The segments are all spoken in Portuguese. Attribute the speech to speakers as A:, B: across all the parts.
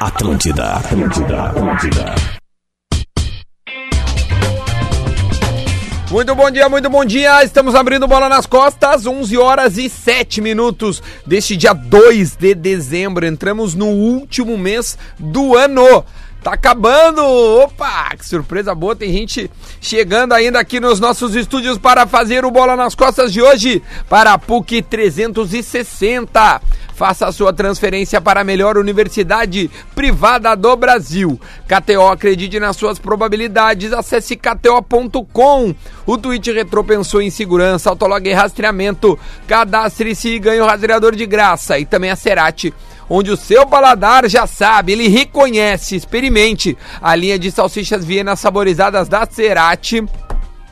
A: Atlântida, Atlântida, Atlântida.
B: Muito bom dia, muito bom dia. Estamos abrindo bola nas costas, 11 horas e 7 minutos deste dia 2 de dezembro. Entramos no último mês do ano. Tá acabando! Opa, que surpresa boa! Tem gente chegando ainda aqui nos nossos estúdios para fazer o Bola nas Costas de hoje para a PUC 360. Faça a sua transferência para a melhor universidade privada do Brasil. KTO acredite nas suas probabilidades. Acesse kto.com. O tweet Retro pensou em segurança, autolog e rastreamento. Cadastre-se e ganhe o rastreador de graça. E também a Cerati onde o seu paladar já sabe, ele reconhece, experimente a linha de salsichas vienas saborizadas da Cerati.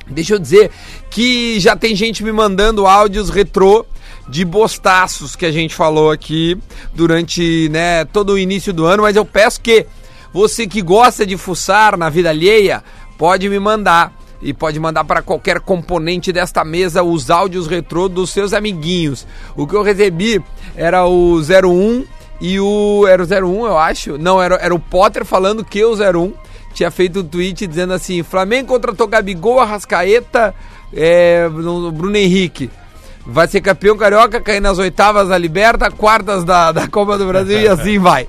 B: Deixa eu dizer que já tem gente me mandando áudios retrô de bostaços que a gente falou aqui durante né, todo o início do ano, mas eu peço que você que gosta de fuçar na vida alheia, pode me mandar e pode mandar para qualquer componente desta mesa os áudios retrô dos seus amiguinhos. O que eu recebi era o 01 e o. Era o 01, eu acho. Não, era, era o Potter falando que o 01 tinha feito um tweet dizendo assim: Flamengo contratou Gabigol, Arrascaeta, é, no- Bruno Henrique. Vai ser campeão carioca, cair nas oitavas da Liberta, quartas da, da Copa do Brasil e assim vai.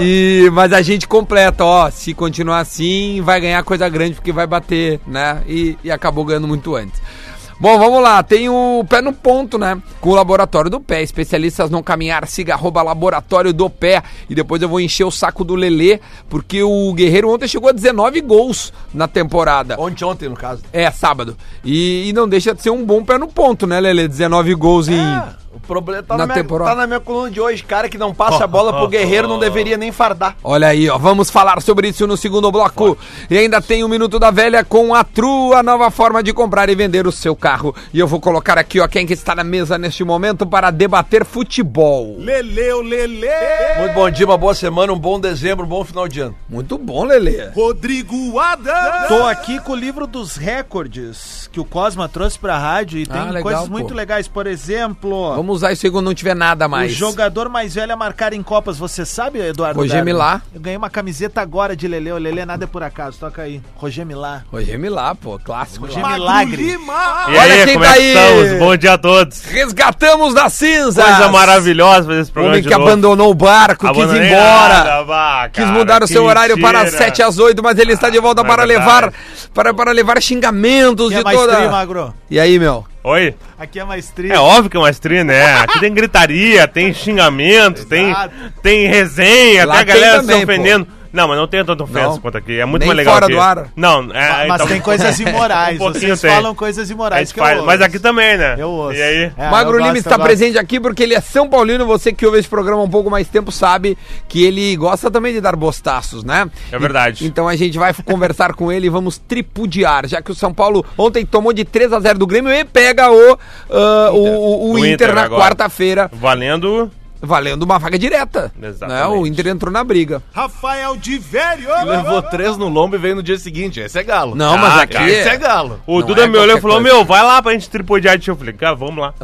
B: E, mas a gente completa, ó. Se continuar assim, vai ganhar coisa grande porque vai bater, né? E, e acabou ganhando muito antes. Bom, vamos lá. Tem o Pé no Ponto, né? Com o Laboratório do Pé. Especialistas no caminhar. Siga arroba Laboratório do Pé. E depois eu vou encher o saco do Lelê, porque o Guerreiro ontem chegou a 19 gols na temporada.
C: Ontem, ontem, no caso.
B: É, sábado. E, e não deixa de ser um bom pé no ponto, né, Lelê? 19 gols em...
C: Ah, o problema tá
B: Na
C: na, minha,
B: temporada.
C: tá na minha coluna de hoje, cara que não passa a bola pro guerreiro não deveria nem fardar.
B: Olha aí, ó, vamos falar sobre isso no segundo bloco. E ainda tem o Minuto da Velha com a Tru, a nova forma de comprar e vender o seu carro. E eu vou colocar aqui, ó, quem que está na mesa neste momento para debater futebol.
D: Leleu, Lele,
C: Muito bom dia, uma boa semana, um bom dezembro, um bom final de ano.
B: Muito bom, Lelê.
D: Rodrigo Adams.
E: Tô aqui com o livro dos recordes que o Cosma trouxe pra rádio e tem
B: Ah, legal,
E: coisas
B: pô.
E: muito legais. Por exemplo,
B: Vamos usar isso aí quando não tiver nada
E: o
B: mais.
E: jogador mais velho a marcar em Copas. Você sabe, Eduardo?
B: Roger
E: Darwin?
B: Milá.
E: Eu ganhei uma camiseta agora de Leleu. Lelê, nada é por acaso. Toca aí. Roger Milá.
B: Roger Milá, pô, clássico.
E: Roger
B: lá.
E: Milagre.
D: Lima.
F: E
B: Olha
F: aí,
B: quem
F: como
B: tá
F: é que
B: aí.
F: estamos? Bom dia a todos.
B: Resgatamos da cinza.
F: Coisa maravilhosa fazer esse
B: O
F: programa
B: homem
F: de
B: que
F: novo.
B: abandonou o barco, quis ir
F: Abandonei
B: embora.
F: nada, vá,
B: Quis
F: cara,
B: mudar o
F: que
B: seu horário
F: mentira.
B: para as 7 às 8, mas ele está de volta
F: não é
B: para
F: verdade.
B: levar para, para levar xingamentos
E: Aqui
B: de
E: é mais
B: toda.
E: tri, Magro.
B: E aí, meu?
F: Oi?
E: Aqui é mais tri.
F: É óbvio que é uma estreia, né? Aqui tem gritaria, tem xingamento, tem,
E: Exato.
F: tem resenha,
B: Lá
F: até
B: tem
F: a galera
B: também,
F: se ofendendo. Não, mas não tem tanta ofensa
B: Não.
F: quanto aqui. É muito
B: Nem
F: mais legal
B: fora
F: aqui.
B: do ar.
F: Não, é,
E: Mas
F: então-
E: tem coisas imorais.
F: Um pouquinho
E: Vocês
F: tem.
E: falam coisas
F: a
E: imorais
F: gente
E: que eu
F: faz-
E: ouço.
F: Mas aqui também, né?
E: Eu ouço.
F: E aí?
E: É,
B: Magro
E: eu gosto,
B: Lima
E: eu
B: está
E: gosto.
B: presente aqui porque ele é São Paulino. Você que ouve esse programa há um pouco mais tempo sabe que ele gosta também de dar bostaços, né?
F: É verdade.
B: E- então a gente vai conversar com ele e vamos tripudiar, já que o São Paulo ontem tomou de 3 a 0 do Grêmio e pega o, ah, o, o- o
F: O
B: Inter,
F: Inter
B: na
F: agora.
B: quarta-feira,
F: Valendo.
B: valendo uma vaga direta. Né?
F: Exatamente.
B: O Inter entrou na briga.
D: Rafael de Velho.
C: Levou três no lombo e veio no dia seguinte. Esse é galo.
B: Não, mas
F: Ah,
B: aqui.
F: cara,
C: Esse é galo.
F: O
B: Não
F: Duda
B: é
F: me olhou
B: qualquer
F: e falou:
B: coisa.
F: Meu, vai lá pra gente tripodiar de ti. Eu falei: Cara, vamos lá.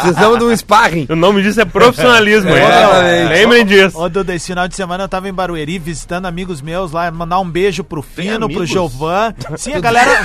B: Precisamos de um sparring.
F: O nome disso é profissionalismo. hein?
B: Exatamente.
F: Lembrem disso.
E: Ô, Duda, esse final de semana eu tava em Barueri visitando amigos meus lá, mandar um beijo pro Fino, pro Giovan. Sim, a galera.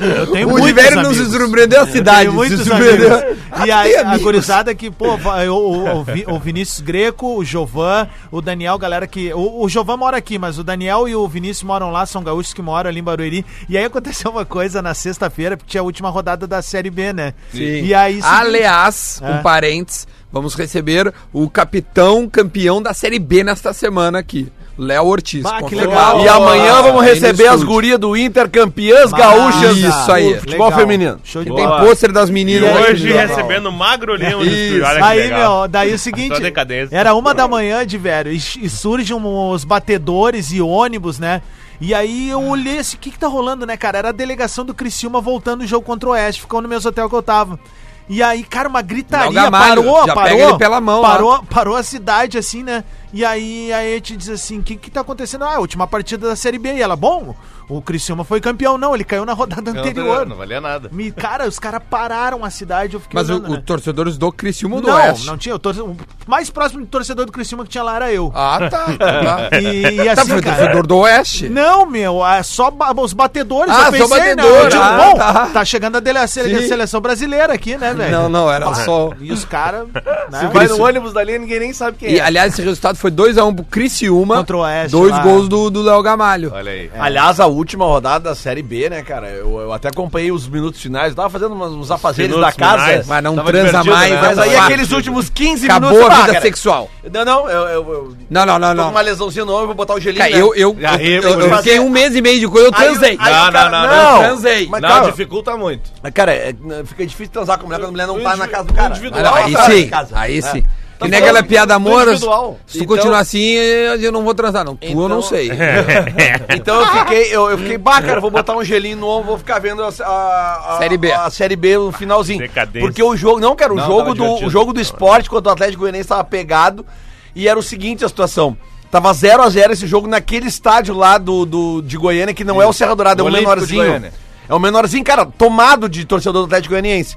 E: eu tenho
B: O de
E: muitos
B: velho não se
E: amigos.
B: surpreendeu a cidade.
E: Tenho muitos
B: se surpreendeu.
E: amigos. E
B: Ah, tem
E: aí, a
B: amigos.
E: gurizada que, pô, vai, o, o- o Vi- o Vinícius Greco, o Jovan, o Daniel, galera que. O, o Jovan mora aqui, mas o Daniel e o Vinícius moram lá, são gaúchos que moram ali em Barueri. E aí aconteceu uma coisa na sexta-feira, porque tinha a última rodada da Série B, né?
B: Sim.
E: E aí.
B: Aliás,
E: É.
B: um parênteses, vamos receber o capitão campeão da Série B nesta semana aqui. Léo Ortiz.
E: Bah, que
B: confirmado.
E: legal.
C: E amanhã
B: Ah,
C: vamos
B: aí no
C: receber as
B: estúdio.
C: gurias do Inter, campeãs gaúchas
B: Isso aí.
C: do futebol
E: Legal.
C: feminino.
E: Show de
B: Tem
E: bola.
B: pôster das
F: E
B: meninas. aqui
F: hoje
B: no jornal.
F: recebendo o Magro Lima no
B: Isso.
F: estúdio. Olha que
E: Aí,
F: legal.
E: meu, daí o seguinte,
F: Só decadência.
E: era uma da manhã de velho, e, e surgem os batedores e ônibus, né? E aí eu olhei assim, o que que tá rolando, né, cara? Era a delegação do Criciúma voltando do jogo contra o Oeste, ficou no mesmo hotel que eu tava. E aí, cara, uma gritaria,
B: Gamalho,
E: parou,
B: já
E: parou,
B: pega ele pela mão lá.
E: parou, parou a cidade, assim, né? E aí, aí te diz assim, o que que tá acontecendo? Ah, a última partida da Série B, e ela, bom... O Criciúma foi campeão, não, ele caiu na rodada anterior.
G: Não valia nada.
E: Me, cara, os caras pararam a cidade, eu fiquei
B: Mas
E: olhando,
B: o, o
E: né?
B: torcedores do Criciúma ou do
E: Não,
B: Oeste?
E: não tinha. O, torce- o mais próximo de torcedor do Criciúma que tinha lá era eu.
B: Ah, tá. tá.
E: E, e
B: tá,
E: assim,
B: foi o
E: cara,
B: torcedor do Oeste?
E: Não, meu, é só ba- os batedores.
B: Ah,
E: eu
B: só
E: pensei,
B: batedor,
E: né? Eu digo,
B: ah,
E: bom,
B: tá.
E: tá. chegando a, dele- a sele-
B: Sim.
E: a seleção brasileira aqui, né, velho?
B: Não, não, era só...
E: E os caras, né?
G: Vai no ônibus dali, ninguém nem sabe quem
B: E,
G: é.
B: aliás, esse resultado foi 2x1 pro Criciúma.
E: Contra o Oeste,
B: Dois
E: lá.
B: gols do, do Léo Gamalho.
G: Olha aí.
C: Aliás, a última rodada da Série B, né, cara? Eu, eu até acompanhei os minutos finais, eu tava fazendo umas- uns afazeres
F: Minutos
C: da casa.
F: finais.
B: Mas não
F: Tava
B: transa
F: divertido,
B: mais.
F: né?
B: é
C: Mas
B: um
C: aí
B: fato.
C: aqueles últimos 15
B: Acabou
C: minutos.
B: a
C: Ah,
B: vida
C: cara,
B: sexual.
C: Não, não, eu, eu, eu
B: Não, não, não,
C: tô com
B: não.
C: uma lesãozinha no ombro, vou botar o gelinho.
B: Cara,
C: né?
B: eu, eu,
F: Já
B: eu,
F: arrepio,
B: eu
F: né?
B: fiquei um mês e meio de coisa, eu
C: Aí o-
B: transei. Ah,
C: aí o
F: Não,
C: cara-
F: não, não,
B: não. Eu transei.
C: Mas,
F: não,
C: cara,
F: dificulta muito.
C: mas, cara, é, né, fica difícil transar com mulher quando a mulher não tá
F: é
C: na casa do cara.
B: Ah, não, aí
C: Ela tá
B: sim,
C: em casa.
B: aí
C: É.
B: sim.
C: Tá
B: Que nem
C: falando
B: aquela piada
C: do
B: amora, se
C: individual.
B: tu
C: Então-
B: continuar assim, eu não vou transar, não. Tu eu não
C: Então-
B: sei.
E: É,
C: Então eu fiquei, eu, eu fiquei, bah, cara, vou botar um gelinho no ombro, vou ficar vendo a, a- a-
B: Série B.
C: a Série B no finalzinho.
F: Decadência.
C: Porque o jogo, não, cara, o,
F: Não,
C: jogo,
F: tava
C: do,
F: divertido.
C: o jogo do esporte contra o Atlético Goianiense tava pegado e era o seguinte a situação. Tava 0 a 0 esse jogo naquele estádio lá do, do- de Goiânia, que não é o Serra Dourada, é
G: O
C: o
G: Olímpico de
C: menorzinho.
G: Goiânia.
C: É o menorzinho, cara, tomado de torcedor do Atlético Goianiense.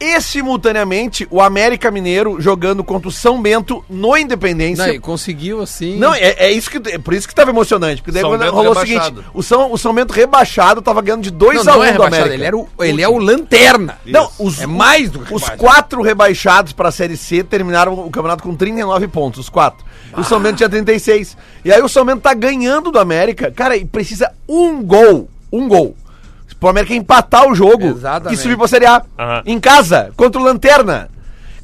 C: E simultaneamente, o América Mineiro jogando contra o São Bento no Independência.
B: Não, e conseguiu assim.
C: Não, é, é isso que é por isso que tava emocionante, porque daí
G: São
C: quando
G: Bento
C: rolou o
G: rebaixado.
C: seguinte, o São, o São Bento rebaixado tava ganhando de
B: não,
C: 2 a 1
B: não
C: um
B: é
C: do
B: rebaixado,
C: América.
B: ele, era o, ele é o lanterna.
C: Não, os
B: É mais do que
C: os
B: rebaixado.
C: quatro rebaixados para a Série C terminaram o campeonato com 39 pontos, os quatro. O São Bento tinha 36. E aí o São Bento tá ganhando do América. Cara, e precisa um gol, um gol. Pro América empatar o jogo
B: Exatamente.
C: e subir pra Série A.
F: Aham.
C: Em casa, contra o Lanterna.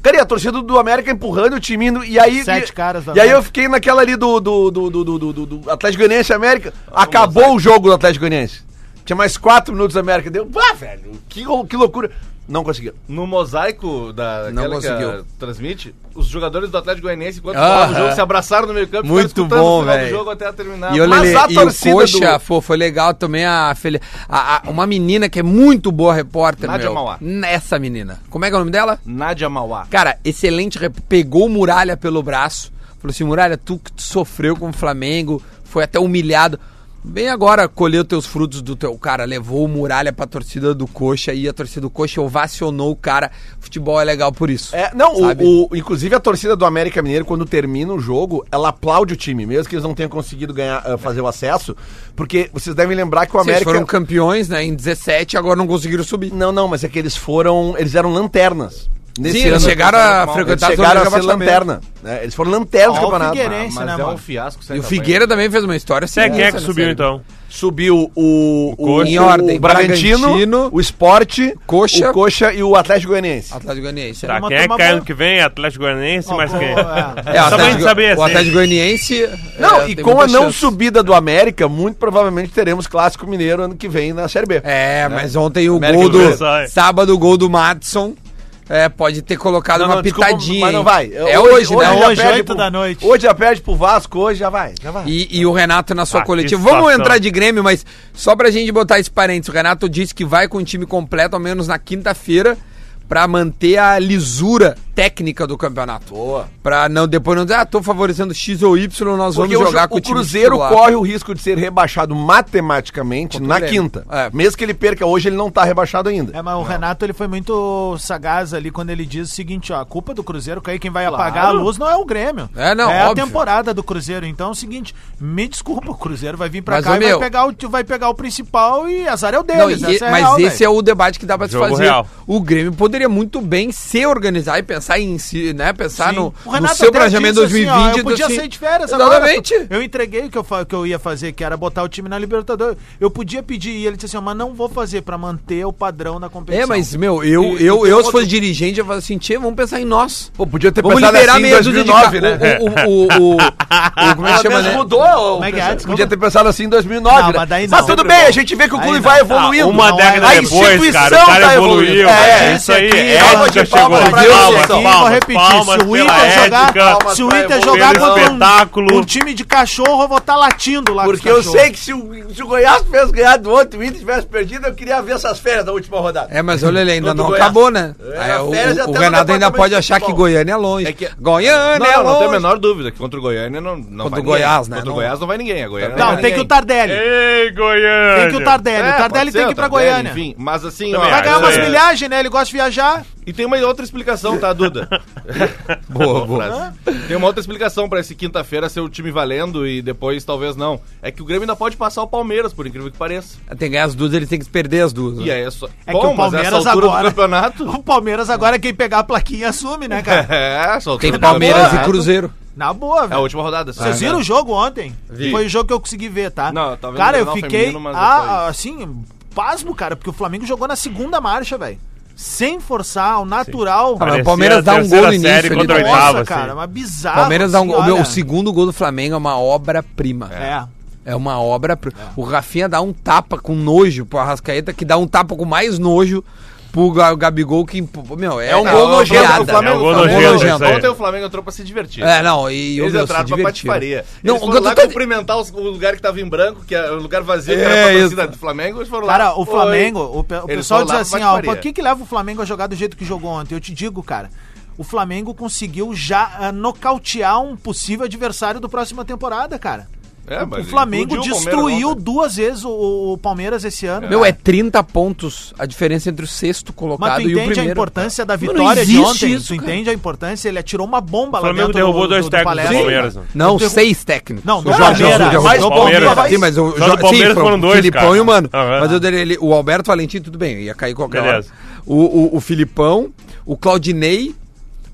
C: Cara, e a torcida do América empurrando o time indo, e aí
E: Sete
C: e,
E: caras da
C: E aí eu
E: América.
C: fiquei naquela ali do do do do, do, do- do- do Atlético Goianiense e América.
B: Ah,
C: Acabou o jogo do Atlético Goianiense. Tinha mais quatro minutos da América. Deu, pá, velho, que, rou- que loucura. Não conseguiu.
G: No mosaico da
B: Não
G: aquela
B: conseguiu.
G: que transmite, os jogadores do Atlético Goianiense, enquanto
B: Ah,
G: falavam o
B: é.
G: jogo, se abraçaram no meio-campo, ficaram
B: Muito
G: escutando o
B: bom,
G: final do
B: velho.
G: jogo até terminar.
B: E, eu,
C: Mas
B: Lelê,
C: a
B: e o
C: torcida
B: Coxa,
C: do-
B: pô, foi legal também a, Feli- a- a- Uma menina que é muito boa repórter,
G: Nádia
B: meu.
G: Mauá.
B: Nessa menina. Como é que é o nome dela?
G: Nádia Mauá.
B: Cara, excelente. rep- Pegou o Muralha pelo braço. Falou assim: Muralha, tu que tu sofreu com o Flamengo, foi até humilhado. Bem agora colheu teus frutos do teu cara. Levou o Muralha pra torcida do Coxa e a torcida do Coxa ovacionou o cara. Futebol é legal por isso.
C: É, não,
B: sabe?
C: o, o- inclusive a torcida do América Mineiro, quando termina o jogo, ela aplaude o time, mesmo que eles não tenham conseguido ganhar, eh, fazer o acesso, porque vocês devem lembrar que o
B: Vocês
C: América.
B: foram campeões, né? Em 17, agora não conseguiram subir.
C: Não, não, mas é que eles foram. Eles eram lanternas. Nesse
B: Sim, eles
C: ano.
B: chegaram a
C: Eles
B: frequentar a zona
C: chegaram
B: de
C: a ser
B: rebaixamento. Ah,
C: lanterna. né? Eles foram lanternas do
E: Ó, É o
C: campeonato.
E: Figueirense.
G: Mas
E: Esse, né,
G: é
E: mano?
G: um fiasco. sem
B: E o
G: tamanho.
B: Figueira também fez uma história
F: Até quem é que
B: nessa
F: subiu,
B: série.
F: então?
C: Subiu o, o,
F: Coxa.
B: Em ordem,
C: o Bragantino,
B: Bragantino,
C: o Esporte,
B: Coxa. É,
C: o Coxa e o Atlético Goianiense.
B: Atlético Goianiense.
F: Tá,
E: Uma
F: quem é que
E: turma
F: cai
E: boa.
F: ano que vem? Atlético Goianiense,
E: Ó,
F: mas
E: pô,
F: quem?
E: é.
B: É, o
F: Só pra
B: Atlético,
F: gente saber,
B: o
F: assim.
B: Atlético Goianiense.
C: Não,
B: é,
C: e
B: tem
C: com a
B: muita
C: não
B: chance.
C: subida do América, muito provavelmente teremos Clássico Mineiro ano que vem na Série B.
B: É, mas ontem o
C: Né? América
B: gol
F: do
B: do.
F: Sul, sai.
B: Sábado, o gol do Matson. É, pode ter colocado
C: Não,
B: uma
C: não, desculpa,
B: pitadinha.
C: mas não
B: hein?
C: vai.
B: É hoje, né?
E: hoje,
C: já perde
E: oito da noite.
C: Hoje já perde pro Vasco, hoje já vai, já vai.
B: E, e o Renato na sua
F: Ah, que
B: coletiva.
F: situação.
B: Vamos entrar de Grêmio, mas só pra gente botar esse parênteses. O Renato disse que vai com o time completo, ao menos na quinta-feira, pra manter a lisura técnica do campeonato. Boa. Pra não, depois não dizer, ah, tô favorecendo X ou Y, nós
C: Porque
B: vamos jogar
C: o,
B: com o,
C: o
B: time
C: Cruzeiro
B: titular.
C: corre o risco de ser rebaixado matematicamente
B: Contra o
C: na
B: Grêmio.
C: quinta.
B: É.
C: Mesmo que ele perca hoje, ele não tá rebaixado ainda.
E: É, mas o Renato ele foi muito sagaz ali quando ele diz o seguinte, ó, a culpa do Cruzeiro cair, quem vai apagar a luz não é o Grêmio.
B: É, não,
E: É
B: óbvio.
E: a temporada do Cruzeiro, então é o seguinte, me desculpa, o Cruzeiro vai vir pra
B: Mas,
E: cá
B: ô,
E: e
B: meu-
E: vai pegar, o, vai pegar o principal e azar é o
B: Não,
E: deles,
B: e-
E: essa é a
B: mas
E: real,
B: esse
E: velho.
B: é o debate que dá pra se
F: Jogo
B: fazer.
F: real.
B: O Grêmio poderia muito bem se organizar e pensar em si, né? Pensar
E: Sim.
B: no,
E: O
B: no
E: Renato
B: seu
E: até
B: planejamento
E: disse assim,
B: 2020.
E: ó, eu podia
B: assim,
E: sair de férias
B: Exatamente.
E: agora. Eu entreguei o que eu, fa- que eu ia fazer, que era botar o time na Libertadores. Eu podia pedir, e ele disse assim, ó, mas não vou fazer pra manter o padrão na competição.
B: É, mas, meu, eu, eu, eu, se fosse dirigente, eu falaria assim, tia, vamos pensar em nós.
C: Pô, podia ter
B: Vamos liberar
G: assim
B: meia dúzia de
C: de
B: ca-
C: ca-
G: né?
B: o, o, o, o, o- Como é que chama, né?
C: mudou.
E: Como é que é? Desculpa.
C: Podia ter pensado assim em 2009,
E: Não,
C: né?
E: mas daí não.
C: tudo bem, a gente vê que o
E: Aí
C: clube
E: não.
C: vai
F: Ah,
C: evoluindo.
F: uma
E: não é-
F: década
E: a
F: depois, cara, o
C: instituição
F: cara
C: tá
F: evoluiu.
C: evoluindo.
F: É,
C: É,
F: isso aí,
E: esse aqui,
F: é,
E: palma
F: ética
C: de palma
F: chegou.
C: pra
F: Palma,
C: evolução.
E: e vou
F: palmas,
E: repetir,
F: palmas
E: se o
F: pela
E: Inter jogar, um
F: ética,
E: se o
G: palmas pra
E: Inter jogar
F: pelo
E: contra um- um,
F: espetáculo.
E: time de cachorro, eu vou estar latindo lá. com os
C: Porque eu
E: cachorros.
C: sei que se o, se o Goiás tivesse ganhado ontem, o Inter tivesse perdido, eu queria ver essas férias da última rodada.
B: É, mas olha, ele ainda
C: Todo
B: não
C: Goiás.
B: acabou, né?
C: É,
B: Aí, o
C: férias
B: o-
C: até
B: o
C: no
B: Renato ainda
C: departamento
B: pode
C: de
B: achar que
C: futebol.
B: Goiânia é longe.
G: É que-
B: Goiânia é
G: Não, não, não tem a
B: longe.
G: menor dúvida que contra o Goiânia não, não
B: Contra
G: vai
B: o Goiás,
G: ninguém.
B: né?
G: Contra o
B: Não.
G: Goiás não vai ninguém. A Goiânia
E: Não, tem que o Tardelli.
F: Ei, Goiânia!
E: Tem que o Tardelli.
G: É,
E: o Tardelli
G: pode ser,
E: tem que ir pra
G: Tardelli,
E: Goiânia.
G: Enfim, mas assim, ó,
F: Também
E: Vai
F: acho,
E: ganhar
F: mas
E: umas
F: é.
E: milhagens, né? Ele gosta de viajar.
G: E tem uma outra explicação, tá, Duda? boa, boa. Tem uma outra explicação pra esse quinta-feira ser o time valendo e depois talvez não. É que o Grêmio ainda pode passar o Palmeiras, por incrível que pareça.
B: Tem que ganhar as duas, ele tem que perder as duas. né?
G: E aí é só.
E: É que o
G: mas
E: Palmeiras
G: essa altura
E: agora-
G: do campeonato.
E: O Palmeiras agora, é quem pegar a plaquinha assume, né, cara?
G: É, essa altura
B: Tem
G: do
B: Palmeiras e
G: campeonato.
B: Cruzeiro.
E: Na boa,
G: É a
E: velho.
G: última rodada. essa
E: Vocês
G: rodada.
E: viram o jogo ontem?
G: Vi.
E: Foi o jogo que eu consegui ver, tá?
G: Não, eu tava vendo
E: Cara,
G: o
E: eu
G: Grenal
E: fiquei
G: feminino, mas
E: ah,
G: depois-
E: ah, assim, pasmo, cara, porque o Flamengo jogou na segunda marcha, velho. Sem forçar, ao
B: Ah,
E: natural.
B: mas o
F: Parecia
B: Palmeiras dá
F: a
B: um gol no
F: terceira
B: início.
F: série
B: ali,
F: contra
B: né?
F: a oitava,
E: Nossa,
F: assim.
E: cara, mas bizarro.
B: Palmeiras dá um gol.
E: assim,
B: meu,
E: olha.
B: O segundo gol do Flamengo é uma obra-prima.
E: É.
B: É uma obra-prima. O Rafinha dá um tapa com nojo pro Arrascaeta, que dá um tapa com mais nojo pro Ga- Gabigol, que. pô, Meu, é um
G: Não,
B: gol
G: o Flamengo-
B: nojeada.
G: O Flamengo,
F: É um gol
G: o Flamengo-
B: nojento, isso aí.
G: Ontem o Flamengo entrou pra se divertir.
B: É, não, e
G: Eles
B: meu, se
G: entraram pra
B: divertiram.
G: patifaria.
B: Não,
G: eles
B: o
G: foram
B: que eu
G: lá
B: tô-
G: cumprimentar os- o lugar que tava em branco, que é o lugar vazio, que
B: É,
G: era pra torcida
B: isso.
G: do Flamengo, eles foram lá.
E: Cara, o
G: Oi.
E: Flamengo, o, pe- o
G: Eles
E: pessoal
G: foram
E: diz
G: lá
E: assim,
G: pra
E: ó,
G: patifaria.
E: por que que leva o Flamengo a jogar do jeito que jogou ontem? Eu te digo, cara, o Flamengo conseguiu já ah, nocautear um possível adversário do próxima temporada, cara.
G: É,
E: o
G: mas
E: Flamengo
G: explodiu o Palmeiras
E: destruiu
G: ontem.
E: duas vezes o, o Palmeiras esse ano.
B: Meu, é 30 pontos a diferença entre o sexto
E: Mas
B: colocado e
E: tu
B: o
E: entende a
B: primeiro.
E: importância da
B: Mas não
E: vitória de
B: existe
E: ontem?
B: isso,
E: tu
B: cara.
E: entende a importância? Ele atirou uma bomba
F: O
E: lá
F: Flamengo
E: dentro
F: derrubou dois técnicos do
E: Palestra.
F: Palmeiras. né?
B: Não,
E: Derru-
B: seis técnicos.
E: Não, do
B: o Jorge
E: Palmeiras.
B: Jesus
E: Mais
B: derrubou.
F: Palmeiras.
B: Sim, mas o
F: Só do
B: Jorge
F: Palmeiras
B: foi
F: foram
B: o
F: dois,
B: Filipão
F: cara.
B: e o Mano.
E: Ah, é.
F: Aham.
B: Mas o, dele, ele- o Alberto Valentim, tudo bem, ia cair qualquer
F: Beleza.
B: hora. O, o, o Filipão, o Claudinei,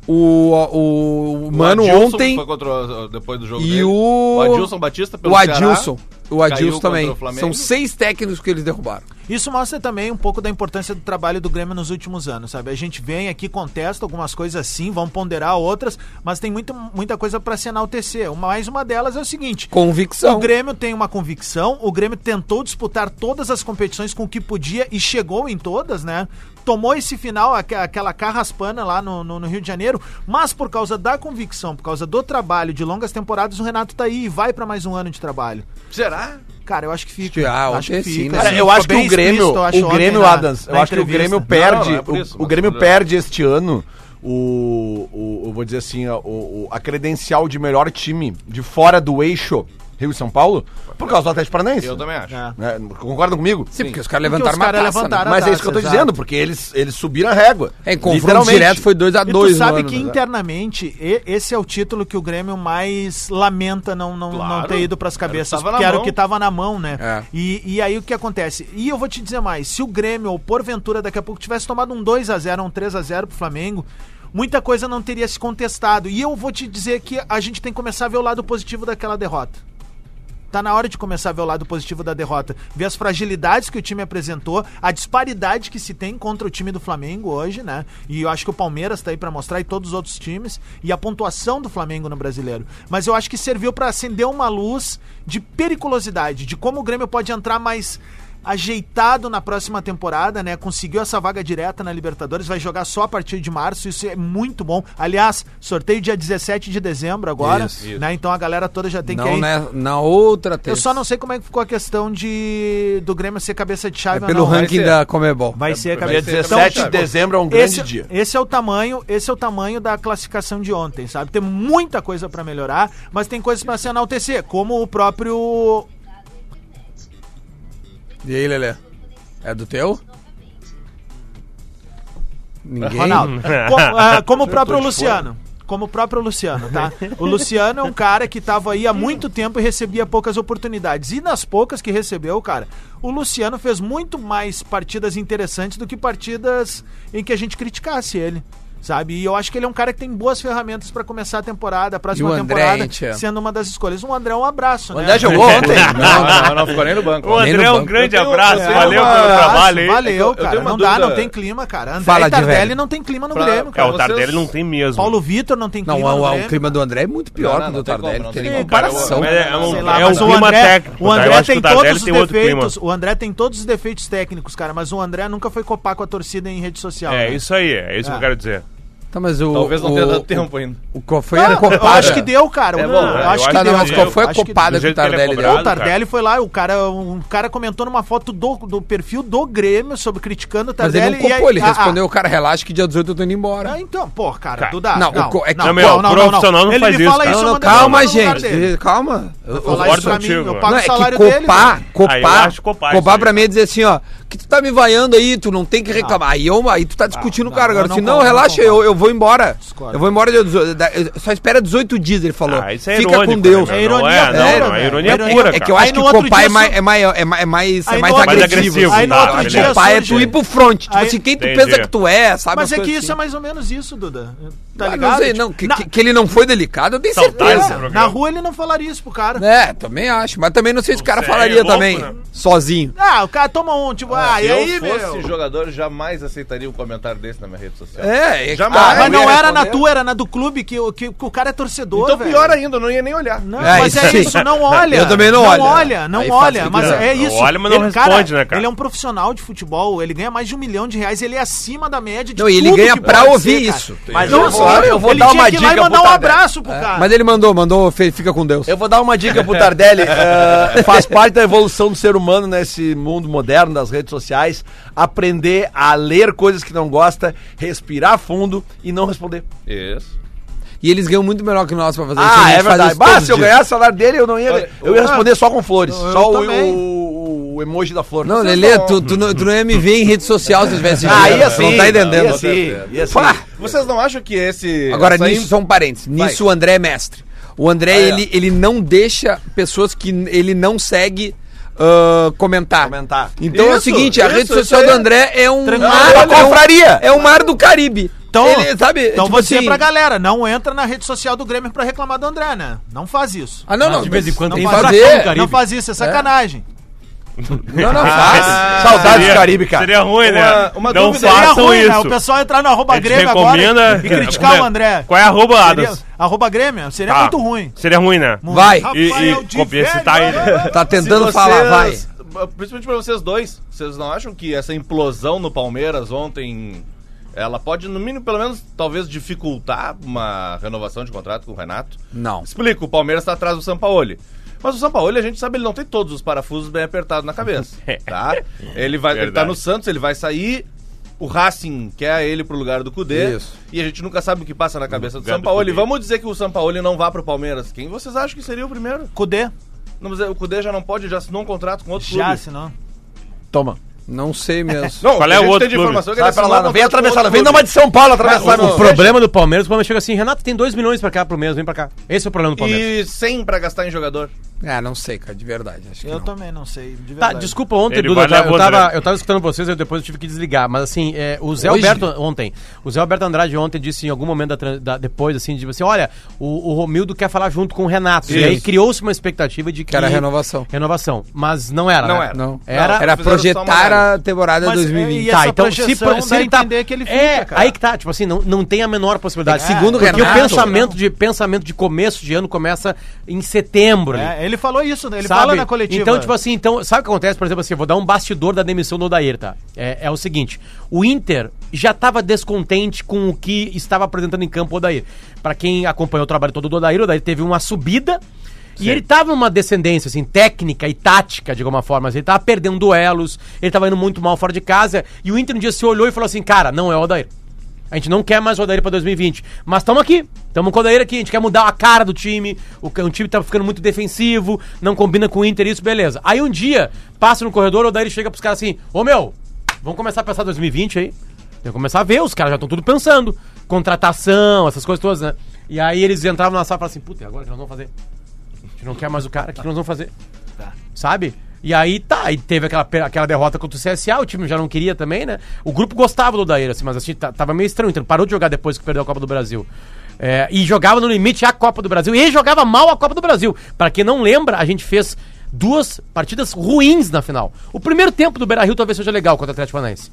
B: o, o, o Mano
G: Adilson
B: ontem
G: Foi contra o- depois do jogo
B: e
G: dele.
B: o...
G: O Adilson Batista pelo
B: O Adilson.
G: Ceará.
B: O Adilson
G: Caiu contra
B: também.
G: o Flamengo.
B: São seis técnicos que eles derrubaram.
E: Isso mostra também um pouco da importância do trabalho do Grêmio nos últimos anos, sabe? A gente vem aqui, contesta algumas coisas sim, vão ponderar outras, mas tem muito, muita coisa pra se enaltecer. Uma- Mais uma delas é o seguinte:
B: Convicção.
E: o Grêmio tem uma convicção, o Grêmio tentou disputar todas as competições com o que podia e chegou em todas, né? Tomou esse final, aqua- aquela carraspana lá no, no- no Rio de Janeiro, mas por causa da convicção, por causa do trabalho de longas temporadas, o Renato tá aí e vai pra mais um ano de trabalho.
G: Será?
E: Cara, eu acho que fica.
B: Ah, ontem sim, né?
C: Cara,
E: assim,
C: eu
E: ficou
C: acho que
E: bem
C: o Grêmio,
E: explícito, eu acho,
C: o Grêmio
E: ontem na-
C: Adams, eu
E: na
C: acho que o
E: entrevista.
C: Grêmio perde,
G: Não, não, é por isso,
C: o, o
G: mas
C: Grêmio
G: tudo bem.
C: perde este ano o, o, eu vou dizer assim, ó, o, o- a credencial de melhor time de fora do eixo Rio e São Paulo por causa do Atlético Paranaense.
G: Eu também acho.
E: É.
C: Né? Concorda comigo?
B: Sim, porque os caras
E: Porque
B: levantaram
E: os caras
B: uma taça, né?
E: levantaram
C: Mas é
E: Taça,
C: isso que eu tô
E: exato.
C: dizendo, porque eles, eles subiram a régua.
B: É, em confronto
C: Literalmente.
B: direto foi 2x2.
E: E tu sabe que
C: né?
E: internamente e- esse é o título que o Grêmio mais lamenta não, não,
G: Claro.
E: não ter ido pras cabeças,
G: tava na
E: porque era o
G: mão.
E: que tava na mão, né?
B: É.
E: E, e aí o que acontece? E eu vou te dizer mais, se o Grêmio, ou porventura daqui a pouco tivesse tomado um 2 a 0 um 3 a 0 pro Flamengo, muita coisa não teria se contestado. E eu vou te dizer que a gente tem que começar a ver o lado positivo daquela derrota. Tá na hora de começar a ver o lado positivo da derrota. Ver as fragilidades que o time apresentou, a disparidade que se tem contra o time do Flamengo hoje, né? E eu acho que o Palmeiras tá aí pra mostrar e todos os outros times e a pontuação do Flamengo no brasileiro. Mas eu acho que serviu pra acender uma luz de periculosidade, de como o Grêmio pode entrar mais ajeitado na próxima temporada, né? Conseguiu essa vaga direta na Libertadores, vai jogar só a partir de março, isso é muito bom. Aliás, sorteio dia 17 de dezembro agora,
B: Isso,
E: né? Então a galera toda já tem que
B: Não,
E: ir.
B: né? Na outra terça.
E: Eu só não sei como é que ficou a questão de do Grêmio ser cabeça de chave
B: É
E: ou
B: pelo
E: não.
B: ranking
G: ser. É
B: da Comebol.
E: Vai ser a
G: Vai
C: Dia
E: cabeça de
G: ser.
E: chave.
C: 17 de dezembro é um grande
E: Esse,
C: dia.
E: esse é o tamanho, esse é o tamanho da classificação de ontem, sabe? Tem muita coisa pra melhorar, mas tem coisas pra se enaltecer, como o próprio
B: E aí, Lelê? É do teu? Ninguém?
E: Ronaldo. Como, ah, como o próprio Luciano. Como o próprio Luciano, tá? O Luciano é um cara que tava aí há muito tempo e recebia poucas oportunidades. E nas poucas que recebeu, cara, o Luciano fez muito mais partidas interessantes do que partidas em que a gente criticasse ele. Sabe? E eu acho que ele é um cara que tem boas ferramentas pra começar a temporada, a
B: E
E: próxima
B: o André, é.
E: temporada,
B: hein, tia?
E: sendo uma das escolhas. Um André, um abraço,
C: O André
E: né?
C: jogou ontem.
G: Não, não, não ficou nem no banco.
F: Ô,
B: Nem
F: André,
B: no
F: um
B: banco.
F: grande
G: Eu tenho-
F: abraço.
G: eu tenho
F: Valeu
G: uma-
F: pelo
E: É, Abraço,
F: trabalho aí.
E: Valeu,
G: Eu tenho
E: cara.
G: uma
E: Não dá,
G: dúvida.
E: não tem clima, cara. André
B: Fala
E: e
B: de
E: Tardelli
B: velho.
E: não tem clima no
G: Pra-
E: Grêmio,
F: É,
E: cara.
F: o Tardelli
G: Vocês-
F: não tem mesmo.
E: Paulo Vitor não tem
B: Não,
E: clima
B: o-
E: no
B: o,
E: Grêmio.
B: o clima do André é muito pior
G: Não, não,
B: que o do
G: não tem como,
B: Tardelli.
G: não
B: Tem
G: tem
B: nem
G: como.
B: comparação.
F: Mas é, é um,
E: Sei lá,
F: é um
E: mas o
F: clima
E: André,
F: técnico.
E: o
F: tá? Eu
E: André
F: acho que
E: tem
F: o Tardelli
E: todos os
F: tem outro clima.
E: defeitos. O André tem todos os defeitos técnicos, cara, mas o André nunca foi copar com a torcida em rede social.
F: É
E: né?
F: isso aí, é isso que
E: É.
F: eu quero dizer.
B: Tá, mas o,
G: Talvez não
B: o-
G: tenha dado tempo ainda.
B: O, qual foi
E: Não,
B: a
E: eu
B: copada?
E: acho que deu, cara.
G: É
E: Não,
G: bom,
E: eu
G: eu
E: acho
G: acho
E: que
B: Tá,
E: deu.
B: não, mas qual foi a
E: Acho que
B: copada
F: do
B: que o
F: jeito que ele é
B: Tardelli deu?
F: cobrado.
E: O Tardelli foi lá, o cara, um cara comentou numa foto do, do perfil do Grêmio sobre criticando o
B: Mas
E: Tardelli.
B: ele não
E: e aí-
B: copou, ele
E: ah, ah.
B: respondeu, o cara, relaxa que dia 18 eu tô indo embora.
E: Ah, então, pô, cara,
F: Cara,
E: Duda.
B: não, o co- é que-
F: Não, meu, profissional não
E: ele
F: faz
E: me
F: isso,
E: Fala
F: cara.
E: isso,
F: Não, não,
E: eu mando
B: Calma,
E: no lugar dele.
B: gente. Calma. Eu-
E: Vou falar
F: concordo
E: isso pra mim,
F: contigo.
E: eu pago
B: não,
E: o
B: é que
E: salário dele. né?
B: copar,
E: velho.
B: copar,
F: Ah, eu acho copar isso
B: copar
F: aí.
B: pra mim é dizer assim, ó, que tu tá me vaiando aí, tu não tem que reclamar. Aí, eu, aí tu tá discutindo
E: não,
B: o cara,
E: eu
B: agora
E: não
B: assim, não,
E: concordo,
B: relaxa,
E: não
B: eu, eu vou embora.
E: Discordo.
B: Eu vou embora, dia 18 da- eu- só espera 18 dias, ele falou.
F: Ah, isso é
B: Fica
F: irônico,
B: com Deus.
F: né,
E: É
F: meu? Não
E: ironia
F: é, não,
E: pura,
F: não, é
E: velho.
F: ironia
E: É ironia-
F: pura,
B: É
F: cara.
B: que eu
E: Aí
B: acho
E: no
B: que
E: outro
B: copar
E: dia
B: é mais,
E: são-
B: é mais, é mais, é mais, é
E: Aí
B: mais
E: no outro
F: dia
B: agressivo.
F: são- Aí no outro
B: Ah,
F: dia
B: Copar é
E: são-
B: tu ir pro front, tipo
E: Aí-
B: assim, quem tu
F: Entendi.
B: pensa que tu é, sabe?
E: Mas
B: as
E: é que
B: coisas
E: isso é
B: assim.
E: mais ou menos isso, Duda. Tá
B: Ah,
E: ligado?
B: Não sei, não, que, que- que ele não foi delicado, eu tenho
F: Saudades
B: certeza.
F: desse
E: Na
F: programa.
E: rua ele não falaria isso pro cara.
B: É, também acho. Mas também não sei se o cara
F: sei,
B: falaria
F: é louco,
B: também.
F: né?
B: Sozinho.
E: Ah, o cara toma um, tipo, ah,
G: Se
E: e aí,
G: eu fosse
E: meu?
G: jogador, jamais aceitaria um comentário desse na minha rede social.
B: É, é
G: Jamais.
E: Ah, mas
G: eu
E: não
G: ia
E: era na tua, era na do clube, que, o- que, que o cara é torcedor.
G: Então
E: velho.
G: pior ainda, eu não ia nem olhar.
E: Não,
B: É,
E: mas
B: isso
E: é
B: sim.
E: isso, não olha.
B: Eu também não olho.
E: Não olha, não
B: Aí faz
E: olha,
B: o que
E: mas
B: quiser.
E: é
F: Não
E: isso.
F: olha, mas não responde, né, cara?
E: Ele é um profissional de futebol, ele ganha mais de um milhão de reais, ele é acima da média de
B: Não, e ele
E: tudo
B: ganha
E: que
B: pra
E: pode
B: ouvir
E: cara.
B: isso.
E: Mas
C: Eu
E: não,
C: vou- eu vou
E: ele
C: dar
E: tinha
C: uma
E: que ir lá e
C: dica
E: mandar um
C: pro Tardelli.
E: abraço pro cara.
B: É. Mas ele mandou, mandou, fe- fica com Deus.
C: Eu vou dar uma dica pro Tardelli.
B: ah,
C: Eh, faz parte da evolução do ser humano nesse mundo moderno das redes sociais aprender a ler coisas que não gosta, respirar fundo e não responder.
G: Isso.
B: E eles ganham muito melhor que nós pra fazer
C: Ah,
B: A gente
C: é
B: faz
C: verdade.
B: isso
C: Bah,
B: todos
C: se eu
B: os Ah.
C: ganhasse o salário dele, eu não ia.
G: Olha,
C: eu ia responder só com flores.
E: eu
C: só o,
E: também.
C: o- o emoji da flor. é
B: dias. Não, Lelê, tu, tu, não, tu não ia me ver em rede social se eu tivesse
C: Ah,
B: dinheiro,
C: ia
B: tu
C: sim.
B: Não tá entendendo.
C: Ia sim. Ia sim.
B: Pá.
G: Vocês não acham que esse.
B: Agora,
G: essa
B: nisso, só um parênteses. Nisso o André é mestre. O André, ele, ele não deixa pessoas que n- ele não segue ah, comentar.
C: Comentar.
B: Então é o
G: Isso,
B: seguinte, a
G: isso,
B: rede
G: isso
B: social
G: aí.
B: do André é um
E: Tranquilo.
B: mar...
C: É uma
B: é um-
C: confraria.
B: É o mar do Caribe.
E: Então,
B: Ele, sabe,
H: É,
E: então
B: tipo
E: você
B: assim-
E: pra galera, não entra na rede social do Grêmio pra reclamar do André, né? Não faz isso.
B: Ah, não, não.
H: de vez em quando
B: tem
H: tem
B: que
H: furacão,
B: fazer.
H: cara.
E: Não faz isso, é sacanagem.
B: Não, não, faz.
C: Saudades do
F: Seria-
C: Caribe, cara.
F: Seria ruim, né?
G: Uma- uma
F: não
G: dúvida.
E: Seria
F: façam
E: ruim, né?
F: isso.
E: O pessoal entrar no arroba
F: A gente
E: Grêmio agora
F: recomenda-
E: e criticar
F: Como é-
E: o André.
F: Qual é a arroba,
E: Seria,
F: Adas?
E: arroba Grêmio? Seria
F: Tá.
E: muito ruim. é
F: Seria ruim, né?
B: Vai,
F: E,
D: Rafael
F: e
D: de
F: copia,
D: velho.
F: citar ele.
B: tá
G: Se
B: tentando falar, vai.
G: Principalmente pra vocês dois. Vocês não acham que essa implosão no Palmeiras ontem. Ela pode, no mínimo, pelo menos, talvez dificultar uma renovação de contrato com o Renato?
B: Não.
G: Explico, o Palmeiras tá atrás do Sampaoli. Mas o Sampaoli, a gente sabe, ele não tem todos os parafusos bem apertados na cabeça,
B: É.
G: tá? Ele vai, ele tá
F: Verdade.
G: no Santos, ele vai sair, o Racing quer ele pro lugar do Cudê,
B: Isso.
G: e a gente nunca sabe o que passa na cabeça do
F: lugar do
G: Sampaoli.
F: Kudê.
G: Vamos dizer que o Sampaoli não vá pro Palmeiras. Quem vocês acham que seria o primeiro?
E: Cudê,
G: Não, mas é, o Cudê já não pode, já assinou um contrato com outro
E: já,
G: clube.
E: senão.
C: Toma.
B: Não sei mesmo.
G: Não,
F: Qual é
G: a
F: o
G: gente
F: outro
G: tem de
F: clube?
G: informação que ele
C: Sai pra
G: assinou
C: lá.
G: um
C: Não vem
G: contrato com
C: atravessada.
G: outro
C: Vem dar uma de São Paulo atravessar.
H: O problema do Palmeiras, o Palmeiras chega assim, Renato, tem 2 milhões pra cá pro mês, vem pra cá. Esse é o problema do
G: clube.
H: Palmeiras.
G: E 100 pra gastar em jogador.
B: Ah, não sei, cara, de verdade. Acho que
E: Eu
B: não.
E: também não sei. de
H: Tá,
E: verdade.
H: desculpa ontem,
F: Ele
H: Duda,
F: vai
H: eu tava- eu,
F: levar o
H: tava,
F: André.
H: eu tava escutando vocês, eu depois eu tive que desligar, mas assim, é, o Zé
B: Hoje?
H: Alberto ontem, o Zé Alberto Andrade ontem disse em algum momento da tran- da- depois, assim, de assim, olha, o, o Romildo quer falar junto com o Renato, e
B: Isso.
H: aí criou-se uma expectativa de que...
B: Que era renovação.
H: Renovação, mas não era,
G: Não
H: né?
G: era.
B: Não.
H: Era-
B: era
G: fizeram só uma
B: projetar a temporada
E: Mas,
B: 2020.
E: e
H: Tá,
E: essa
H: então se,
E: projeção
H: se
E: dá
H: ele tá...
E: a entender que ele fica,
H: é,
E: cara.
H: aí que tá, tipo assim, não, não tem a menor possibilidade.
B: É que segundo o
H: Porque
B: Renato-
H: o pensamento de, pensamento de começo de ano começa em setembro ali.
E: É, ele falou isso, né? ele
H: Sabe?
E: fala na coletiva.
H: Então, tipo assim, então, sabe o que acontece? Por exemplo, assim, eu vou dar um bastidor da demissão do Odair, tá? É, é o seguinte: o Inter já estava descontente com o que estava apresentando em campo o Odair. Pra quem acompanhou o trabalho todo do Odair, o Odair teve uma subida. E ele tava numa descendência, assim, técnica e tática, de alguma forma. Ele tava perdendo duelos, ele tava indo muito mal fora de casa. E o Inter um dia se olhou e falou assim: cara, não é o Odair. A gente não quer mais o Odair pra 2020. Mas estamos aqui. Estamos com o Odair aqui. A gente quer mudar a cara do time. O, ca- o time tá ficando muito defensivo. Não combina com o Inter, isso, beleza. Aí um dia, passa no corredor, o Odair chega pros caras assim: Ô meu, vamos começar a pensar 2020 aí. Tem que começar a ver, os caras já estão tudo pensando. Contratação, essas coisas todas, né? E aí eles entravam na sala e falavam assim: Puta, e agora o que nós vamos fazer? A gente não quer mais o cara, o que que nós vamos fazer? Sabe? E aí tá, e teve aquela, pe- aquela derrota contra o CSA, o time já não queria também, né? O grupo gostava do Daíra, assim, mas assim, tá- tava meio estranho, então parou de jogar depois que perdeu a Copa do Brasil. É, e jogava no limite a Copa do Brasil, e jogava mal a Copa do Brasil. Pra quem não lembra, a gente fez duas partidas ruins na final. O primeiro tempo do Beira-Rio talvez seja legal contra o Atlético Paranaense.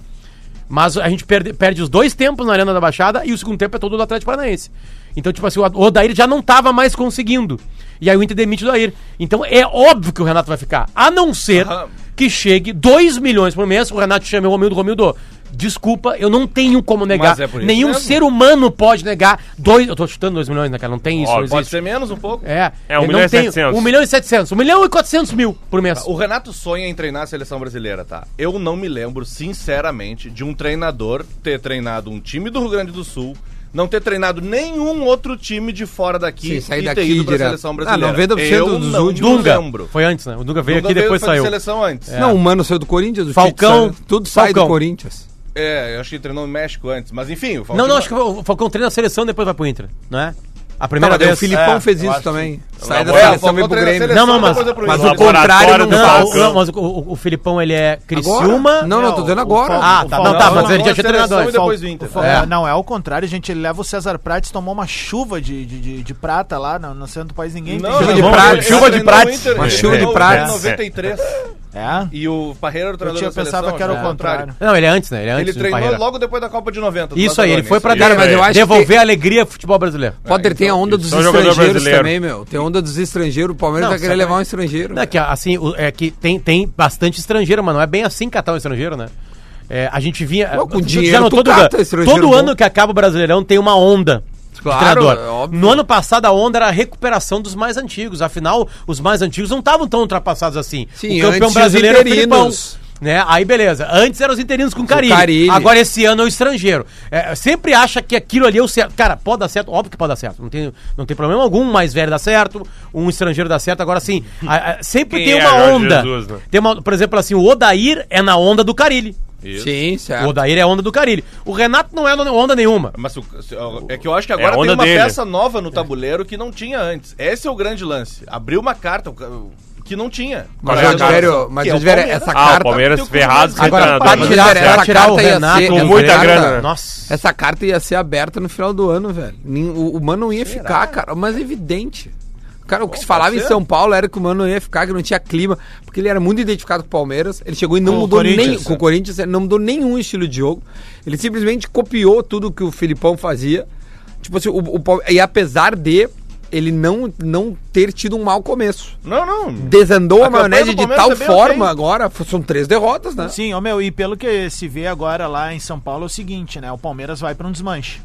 H: Mas a gente perde, perde os dois tempos na Arena da Baixada e o segundo tempo é todo do Atlético Paranaense. Então, tipo assim, o Odair já não tava mais conseguindo. E aí o Inter demite o Odair. Então é óbvio que o Renato vai ficar. A não ser
G: Aham.
H: que chegue 2 milhões por mês, o Renato chama o Romildo, Romildo, Desculpa, eu não tenho como negar.
G: Mas é por isso
H: Nenhum
G: mesmo.
H: ser humano pode negar. Dois, eu tô chutando 2 milhões, né, cara? Não tem isso.
F: Ó,
H: não
G: Pode
H: existe.
G: ser menos um pouco.
H: É,
F: É, um
H: eu
F: milhão
H: não
F: e setecentos.
H: 1 milhão e 700. 1 milhão e 400 mil por mês.
G: O Renato sonha em treinar a seleção brasileira, tá? Eu não me lembro, sinceramente, de um treinador ter treinado um time do Rio Grande do Sul, não ter treinado nenhum outro time de fora daqui
B: Sim, sair
G: e
B: daqui
G: ter ido pra
B: direto.
G: seleção
B: Ah,
G: brasileira.
B: 90%
G: Eu
B: dos
G: não
B: últimos-
G: me lembro.
H: Foi antes, né? O Dunga veio
G: Dunga
H: aqui e depois
G: foi de
H: saiu.
G: seleção antes. É.
B: Não, o Mano saiu do Corinthians, o
H: Falcão-
B: Tite saiu, tudo sai do
H: Falcão.
B: Corinthians.
G: É, eu acho que treinou no México antes, mas enfim. o
H: Não,
G: Falcão-
H: não, acho que o Falcão treina a seleção e depois vai pro Inter, não é? A
B: Não,
H: primeira
B: mas daí o
H: vez.
B: Filipão
G: É,
B: fez
G: eu
B: isso
G: acho
B: também. Sai da
G: É, o
B: seleção e pro
G: Falcão treina a
B: Grês.
G: seleção,
H: Não, não, mas-
G: depois vai pro
B: mas
G: Inter.
B: o Cor- contrário, não
H: Não,
B: Falcão.
H: não, mas o, o, o Filipão ele é Criciúma.
B: Não, não, tô dizendo agora.
H: Ah, tá, não, tá,
G: Falcão
H: mas ele já
G: na
H: tinha
G: seleção
H: treinador.
G: e depois do Inter.
E: Fa-
H: É.
E: Não, é ao contrário, gente. Ele leva o César Prates, tomou uma chuva de, de, de, de prata lá no, no centro do país. Ninguém
G: Não,
E: entende.
B: Chuva de
G: não,
B: prates.
G: ele
H: Chuva de
G: treinou o
H: prates.
G: Inter,
B: Uma
G: ele
B: chuva de
G: treinou o
B: prates.
G: Inter em 93.
E: É?
G: E o Parreira era o
E: Eu
G: treinador
E: tinha
G: da seleção.
E: pensava que era
G: acho,
E: o
G: né?
E: contrário.
H: Não, ele é antes, né? Ele é antes
G: Ele
H: do
G: treinou
H: Parreira.
G: logo depois da Copa de 90. do
H: Isso aí, ele
G: Barcelona,
H: foi pra
G: isso aí.
B: Cara, mas eu acho
H: devolver a alegria pro futebol brasileiro.
B: Potter, tem a onda dos
F: Isso é um jogador
B: estrangeiros
F: brasileiro.
B: também, meu. Tem a onda dos estrangeiros. O Palmeiras
H: Não,
B: vai querer
H: sacanagem.
B: levar um estrangeiro.
H: Não, é que, assim, o- é que tem, tem bastante estrangeiro, mas não é bem assim catar um estrangeiro, né? É, a gente vinha.
B: Pô, com
H: tu- tu
B: dinheiro
H: já
B: tu
H: notou,
B: cata
H: Duda?
B: estrangeiro
H: todo
B: bom.
H: ano que acaba o Brasileirão tem uma onda. de
B: Claro, é óbvio.
H: no ano passado a onda era a recuperação dos mais antigos. Afinal, os mais antigos não estavam tão ultrapassados assim.
B: Sim,
H: o campeão
B: antes os
H: brasileiro era o Filipão,
B: interinos.
H: né? Aí beleza. Antes eram os interinos com carinho.
B: Carille.
H: Agora esse ano é o estrangeiro. É, sempre acha que aquilo ali é o certo. Cara, pode dar certo, óbvio que pode dar certo. Não tem, não tem problema algum. Um mais velho dá certo, um estrangeiro dá certo. Agora sim, a- a- sempre
F: Quem
H: tem
F: é
H: uma
F: Jorge
H: onda.
F: Jesus, né?
H: Tem uma, por exemplo, assim, o Odair é na onda do Carilli.
B: Sim,
H: O
B: certo.
H: Odair é a onda do Carilli. O Renato não é na onda nenhuma.
G: Mas o- se- é que eu acho que agora
F: a
G: tem
F: onda
G: uma
F: dele.
G: peça nova no tabuleiro que não tinha antes. Esse é o grande lance. Abriu uma carta o- que não tinha.
B: Mas,
F: Qual é a
B: Advério,
F: carta?
B: mas
G: Que é o
B: Advério,
G: Palmeiras.
B: essa
F: Ah, o
B: carta...
F: Palmeiras
G: tem o
F: ferrado sem
G: Palmeiras.
B: Agora,
F: treinador.
B: pra
F: mas-
B: tirar,
H: Advério,
B: essa
H: pra tirar
B: carta
H: o
B: ia
H: Renato
B: ser-
H: com
B: essa
F: muita
B: carta-
F: grana.
H: Nossa.
B: Essa carta ia ser aberta no final do ano, velho. Nem- O, o Mano não ia ficar, cara, mas é evidente. Cara, o que se falava em
G: ser.
B: São Paulo era que o Mano não ia ficar, que não tinha clima, porque ele era muito identificado com o Palmeiras, ele chegou e não
E: Com o
B: mudou nem
E: Corinthians.
B: com o Corinthians, ele não mudou nenhum estilo de jogo. Ele simplesmente copiou tudo que o Filipão fazia. Tipo assim, o, o Pal- e apesar de ele não, não ter tido um mau começo.
G: Não, não.
B: Desandou a,
G: A campanha
B: maionese
G: do
B: de
G: Palmeiras
B: tal
G: é bem
B: forma
G: ok.
B: agora, f- são três derrotas, né?
E: Sim, ó, meu, e pelo que se vê agora lá em São Paulo é o seguinte, né? O Palmeiras vai pra um desmanche.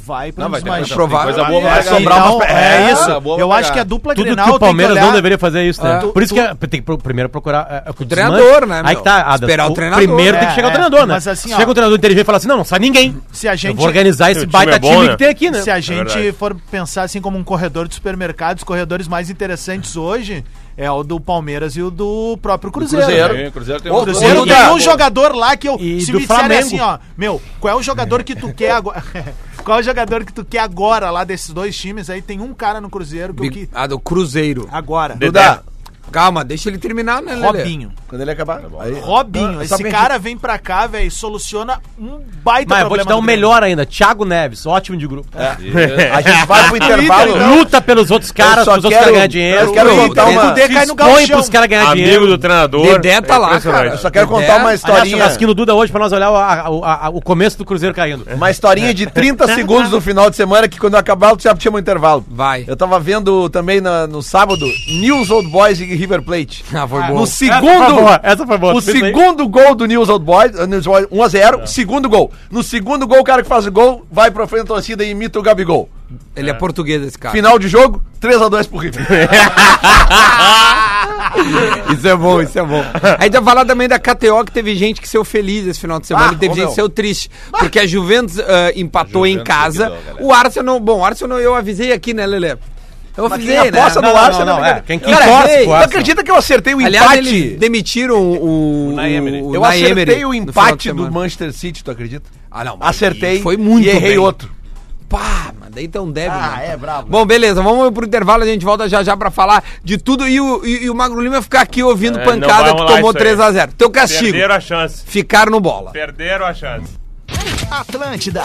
E: Vai pra
G: Não,
E: um
G: vai ter
E: desmanche.
G: coisa-
B: provável.
G: tem coisa boa pra
E: Vai
G: pegar.
E: sobrar
G: Então,
E: uma... É isso. Eu acho que a dupla
H: Tudo
E: Grenal
H: que
E: tem
H: o Palmeiras
E: olhar-
H: não deveria fazer é isso, né?
B: É.
H: Por isso que é- tem que pro- primeiro procurar é, é, o
B: treinador,
H: desmanche.
B: né, meu?
H: Aí que tá, Adas.
B: Esperar o treinador.
H: Primeiro tem
E: É,
H: que chegar o
E: é.
H: treinador, né?
E: Mas assim, ó-
H: Chega o treinador inteligente e fala assim: não, não sai ninguém.
E: Se a gente
H: Eu vou organizar
F: O
H: esse
F: time
H: baita
F: é bom,
H: time
F: né?
H: que tem aqui, né?
E: Se a
G: É
E: gente
F: verdade.
E: for pensar assim como um corredor de supermercados, os corredores mais interessantes hoje é o do Palmeiras e o do próprio Cruzeiro.
G: Cruzeiro.
E: né?
G: Tem- Cruzeiro tem
E: O
G: um-
E: Cruzeiro
G: Tem-
E: tem
G: Tem-
E: um jogador lá que eu.
H: E
E: se
H: do
E: me disserem
H: Flamengo.
E: assim, ó, meu, qual é o jogador que tu quer agora? qual é o jogador que tu quer agora lá desses dois times? Aí tem um cara no Cruzeiro que eu que.
B: A Ah, do
C: Ah,
B: Cruzeiro.
E: Agora.
F: Dedé.
B: Calma, deixa ele terminar, né, Lelê?
E: Robinho.
C: Quando ele acabar.
B: Tá
C: aí-
E: Robinho.
C: Ah,
E: Esse
C: sabe quem-
E: cara vem pra cá, velho, e soluciona um baita
H: Mas eu vou te dar
E: do
H: um
E: Grêmio.
H: melhor ainda: Thiago Neves, ótimo de grupo. né?
C: A gente vai pro intervalo. então.
H: Luta pelos outros caras,
C: só
H: pros outros caras
C: quero-
H: ganhar dinheiro.
C: eu quero contar
E: Então,
C: uma-
E: o Dedé cai no
H: Põe pros
E: galchão.
H: caras ganhar
F: Amigo
H: dinheiro.
F: do treinador.
B: Dedé tá lá,
F: impressionante.
B: cara.
C: Só quero contar uma
H: Aliás,
C: historinha.
H: churrasquinho do Duda hoje pra nós olhar o- a- o- a- o começo do Cruzeiro caindo.
C: Uma historinha de 30 segundos no final de semana que quando eu acabar tu já tinha um intervalo.
B: Tá, Vai.
C: Eu tava vendo também na- no sábado News Old Boys e River Plate.
B: Ah, foi bom.
C: No
H: Essa foi
C: segundo,
H: boa, essa foi boa.
C: o
H: Fez bem.
C: segundo gol do News Old Boys, uh, News Boys 1 a 0,
B: É.
C: segundo gol. No segundo gol o cara que faz o gol vai pra frente da torcida e imita o Gabigol.
B: Ele é português, esse cara.
C: Final de jogo, 3 a 2 pro River.
B: É, Isso é bom, isso é bom. Aí já falar também da KTO, que teve gente que saiu feliz esse final de semana
C: Ah,
B: e teve
C: ô,
B: gente
C: meu.
B: que saiu triste. Porque a Juventus ah, empatou
G: A
B: em
G: Juventus
B: casa.
G: liquidou, galera.
B: o Arsenal, bom, o Arsenal eu avisei aqui, né, Lelê? Eu avisei, né?
C: aposta
H: Não,
C: no
H: não,
C: Arsenal,
H: não, não,
C: né,
H: é.
C: cara?
H: Quem- quem
C: Cara,
H: torce
C: ei,
H: pro
C: tu
H: Arsenal?
C: acredita que eu acertei o
B: Aliás,
C: empate?
B: eles demitiram o. o
G: Unai Emery.
B: o
C: Eu
B: Unai Emery
C: acertei o
B: no final de
C: empate do
B: semana.
C: Manchester City, tu acredita?
B: Ah, não. mas
C: Acertei
B: Foi muito
C: e errei
B: bem.
C: outro.
B: Pá, mas daí então deve.
C: Ah,
B: né?
C: é brabo.
B: Bom, beleza, vamos pro intervalo, a gente volta já já pra falar de tudo. E o, e, e o Magro Lima ficar aqui ouvindo
F: É,
B: pancada
F: não,
B: que
F: vamos lá,
B: tomou
F: isso aí.
B: 3x0. Teu castigo,
F: Perderam a chance.
B: ficar no bola.
F: Perderam a chance.
E: Atlântida.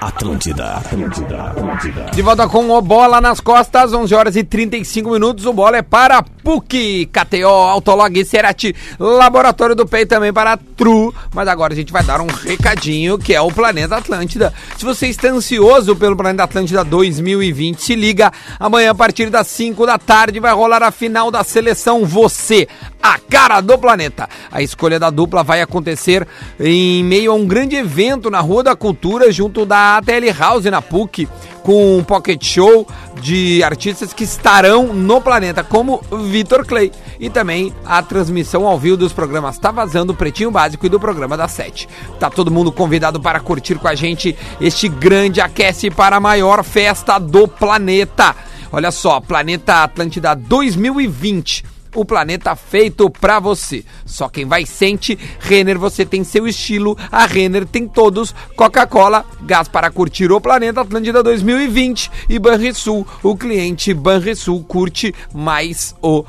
A: Atlântida, Atlântida, Atlântida.
B: De volta com o Bola nas costas, 11 horas e 35 minutos. O Bola é para PUC, KTO, Autolog, Cerati, Laboratório do Pei também para a Tru. Mas agora a gente vai dar um recadinho que é o Planeta Atlântida. Se você está ansioso pelo Planeta Atlântida 2020, se liga. Amanhã, a partir das 5 da tarde, vai rolar a final da seleção. Você a cara do planeta. A escolha da dupla vai acontecer em meio a um grande evento na Rua da Cultura, junto da ATL House na PUC, com um pocket show de artistas que estarão no planeta, como Vitor Clay. E também a transmissão ao vivo dos programas Tá Vazando, Pretinho Básico e do programa da Sete. Tá todo mundo convidado para curtir com a gente este grande aquece para a maior festa do planeta. Olha só, Planeta Atlântida 2020 o planeta feito pra você. Só quem vai sente, Renner você tem seu estilo, a Renner tem todos, Coca-Cola, gás para curtir o planeta Atlântida 2020 e Banrisul, o cliente Banrisul curte mais o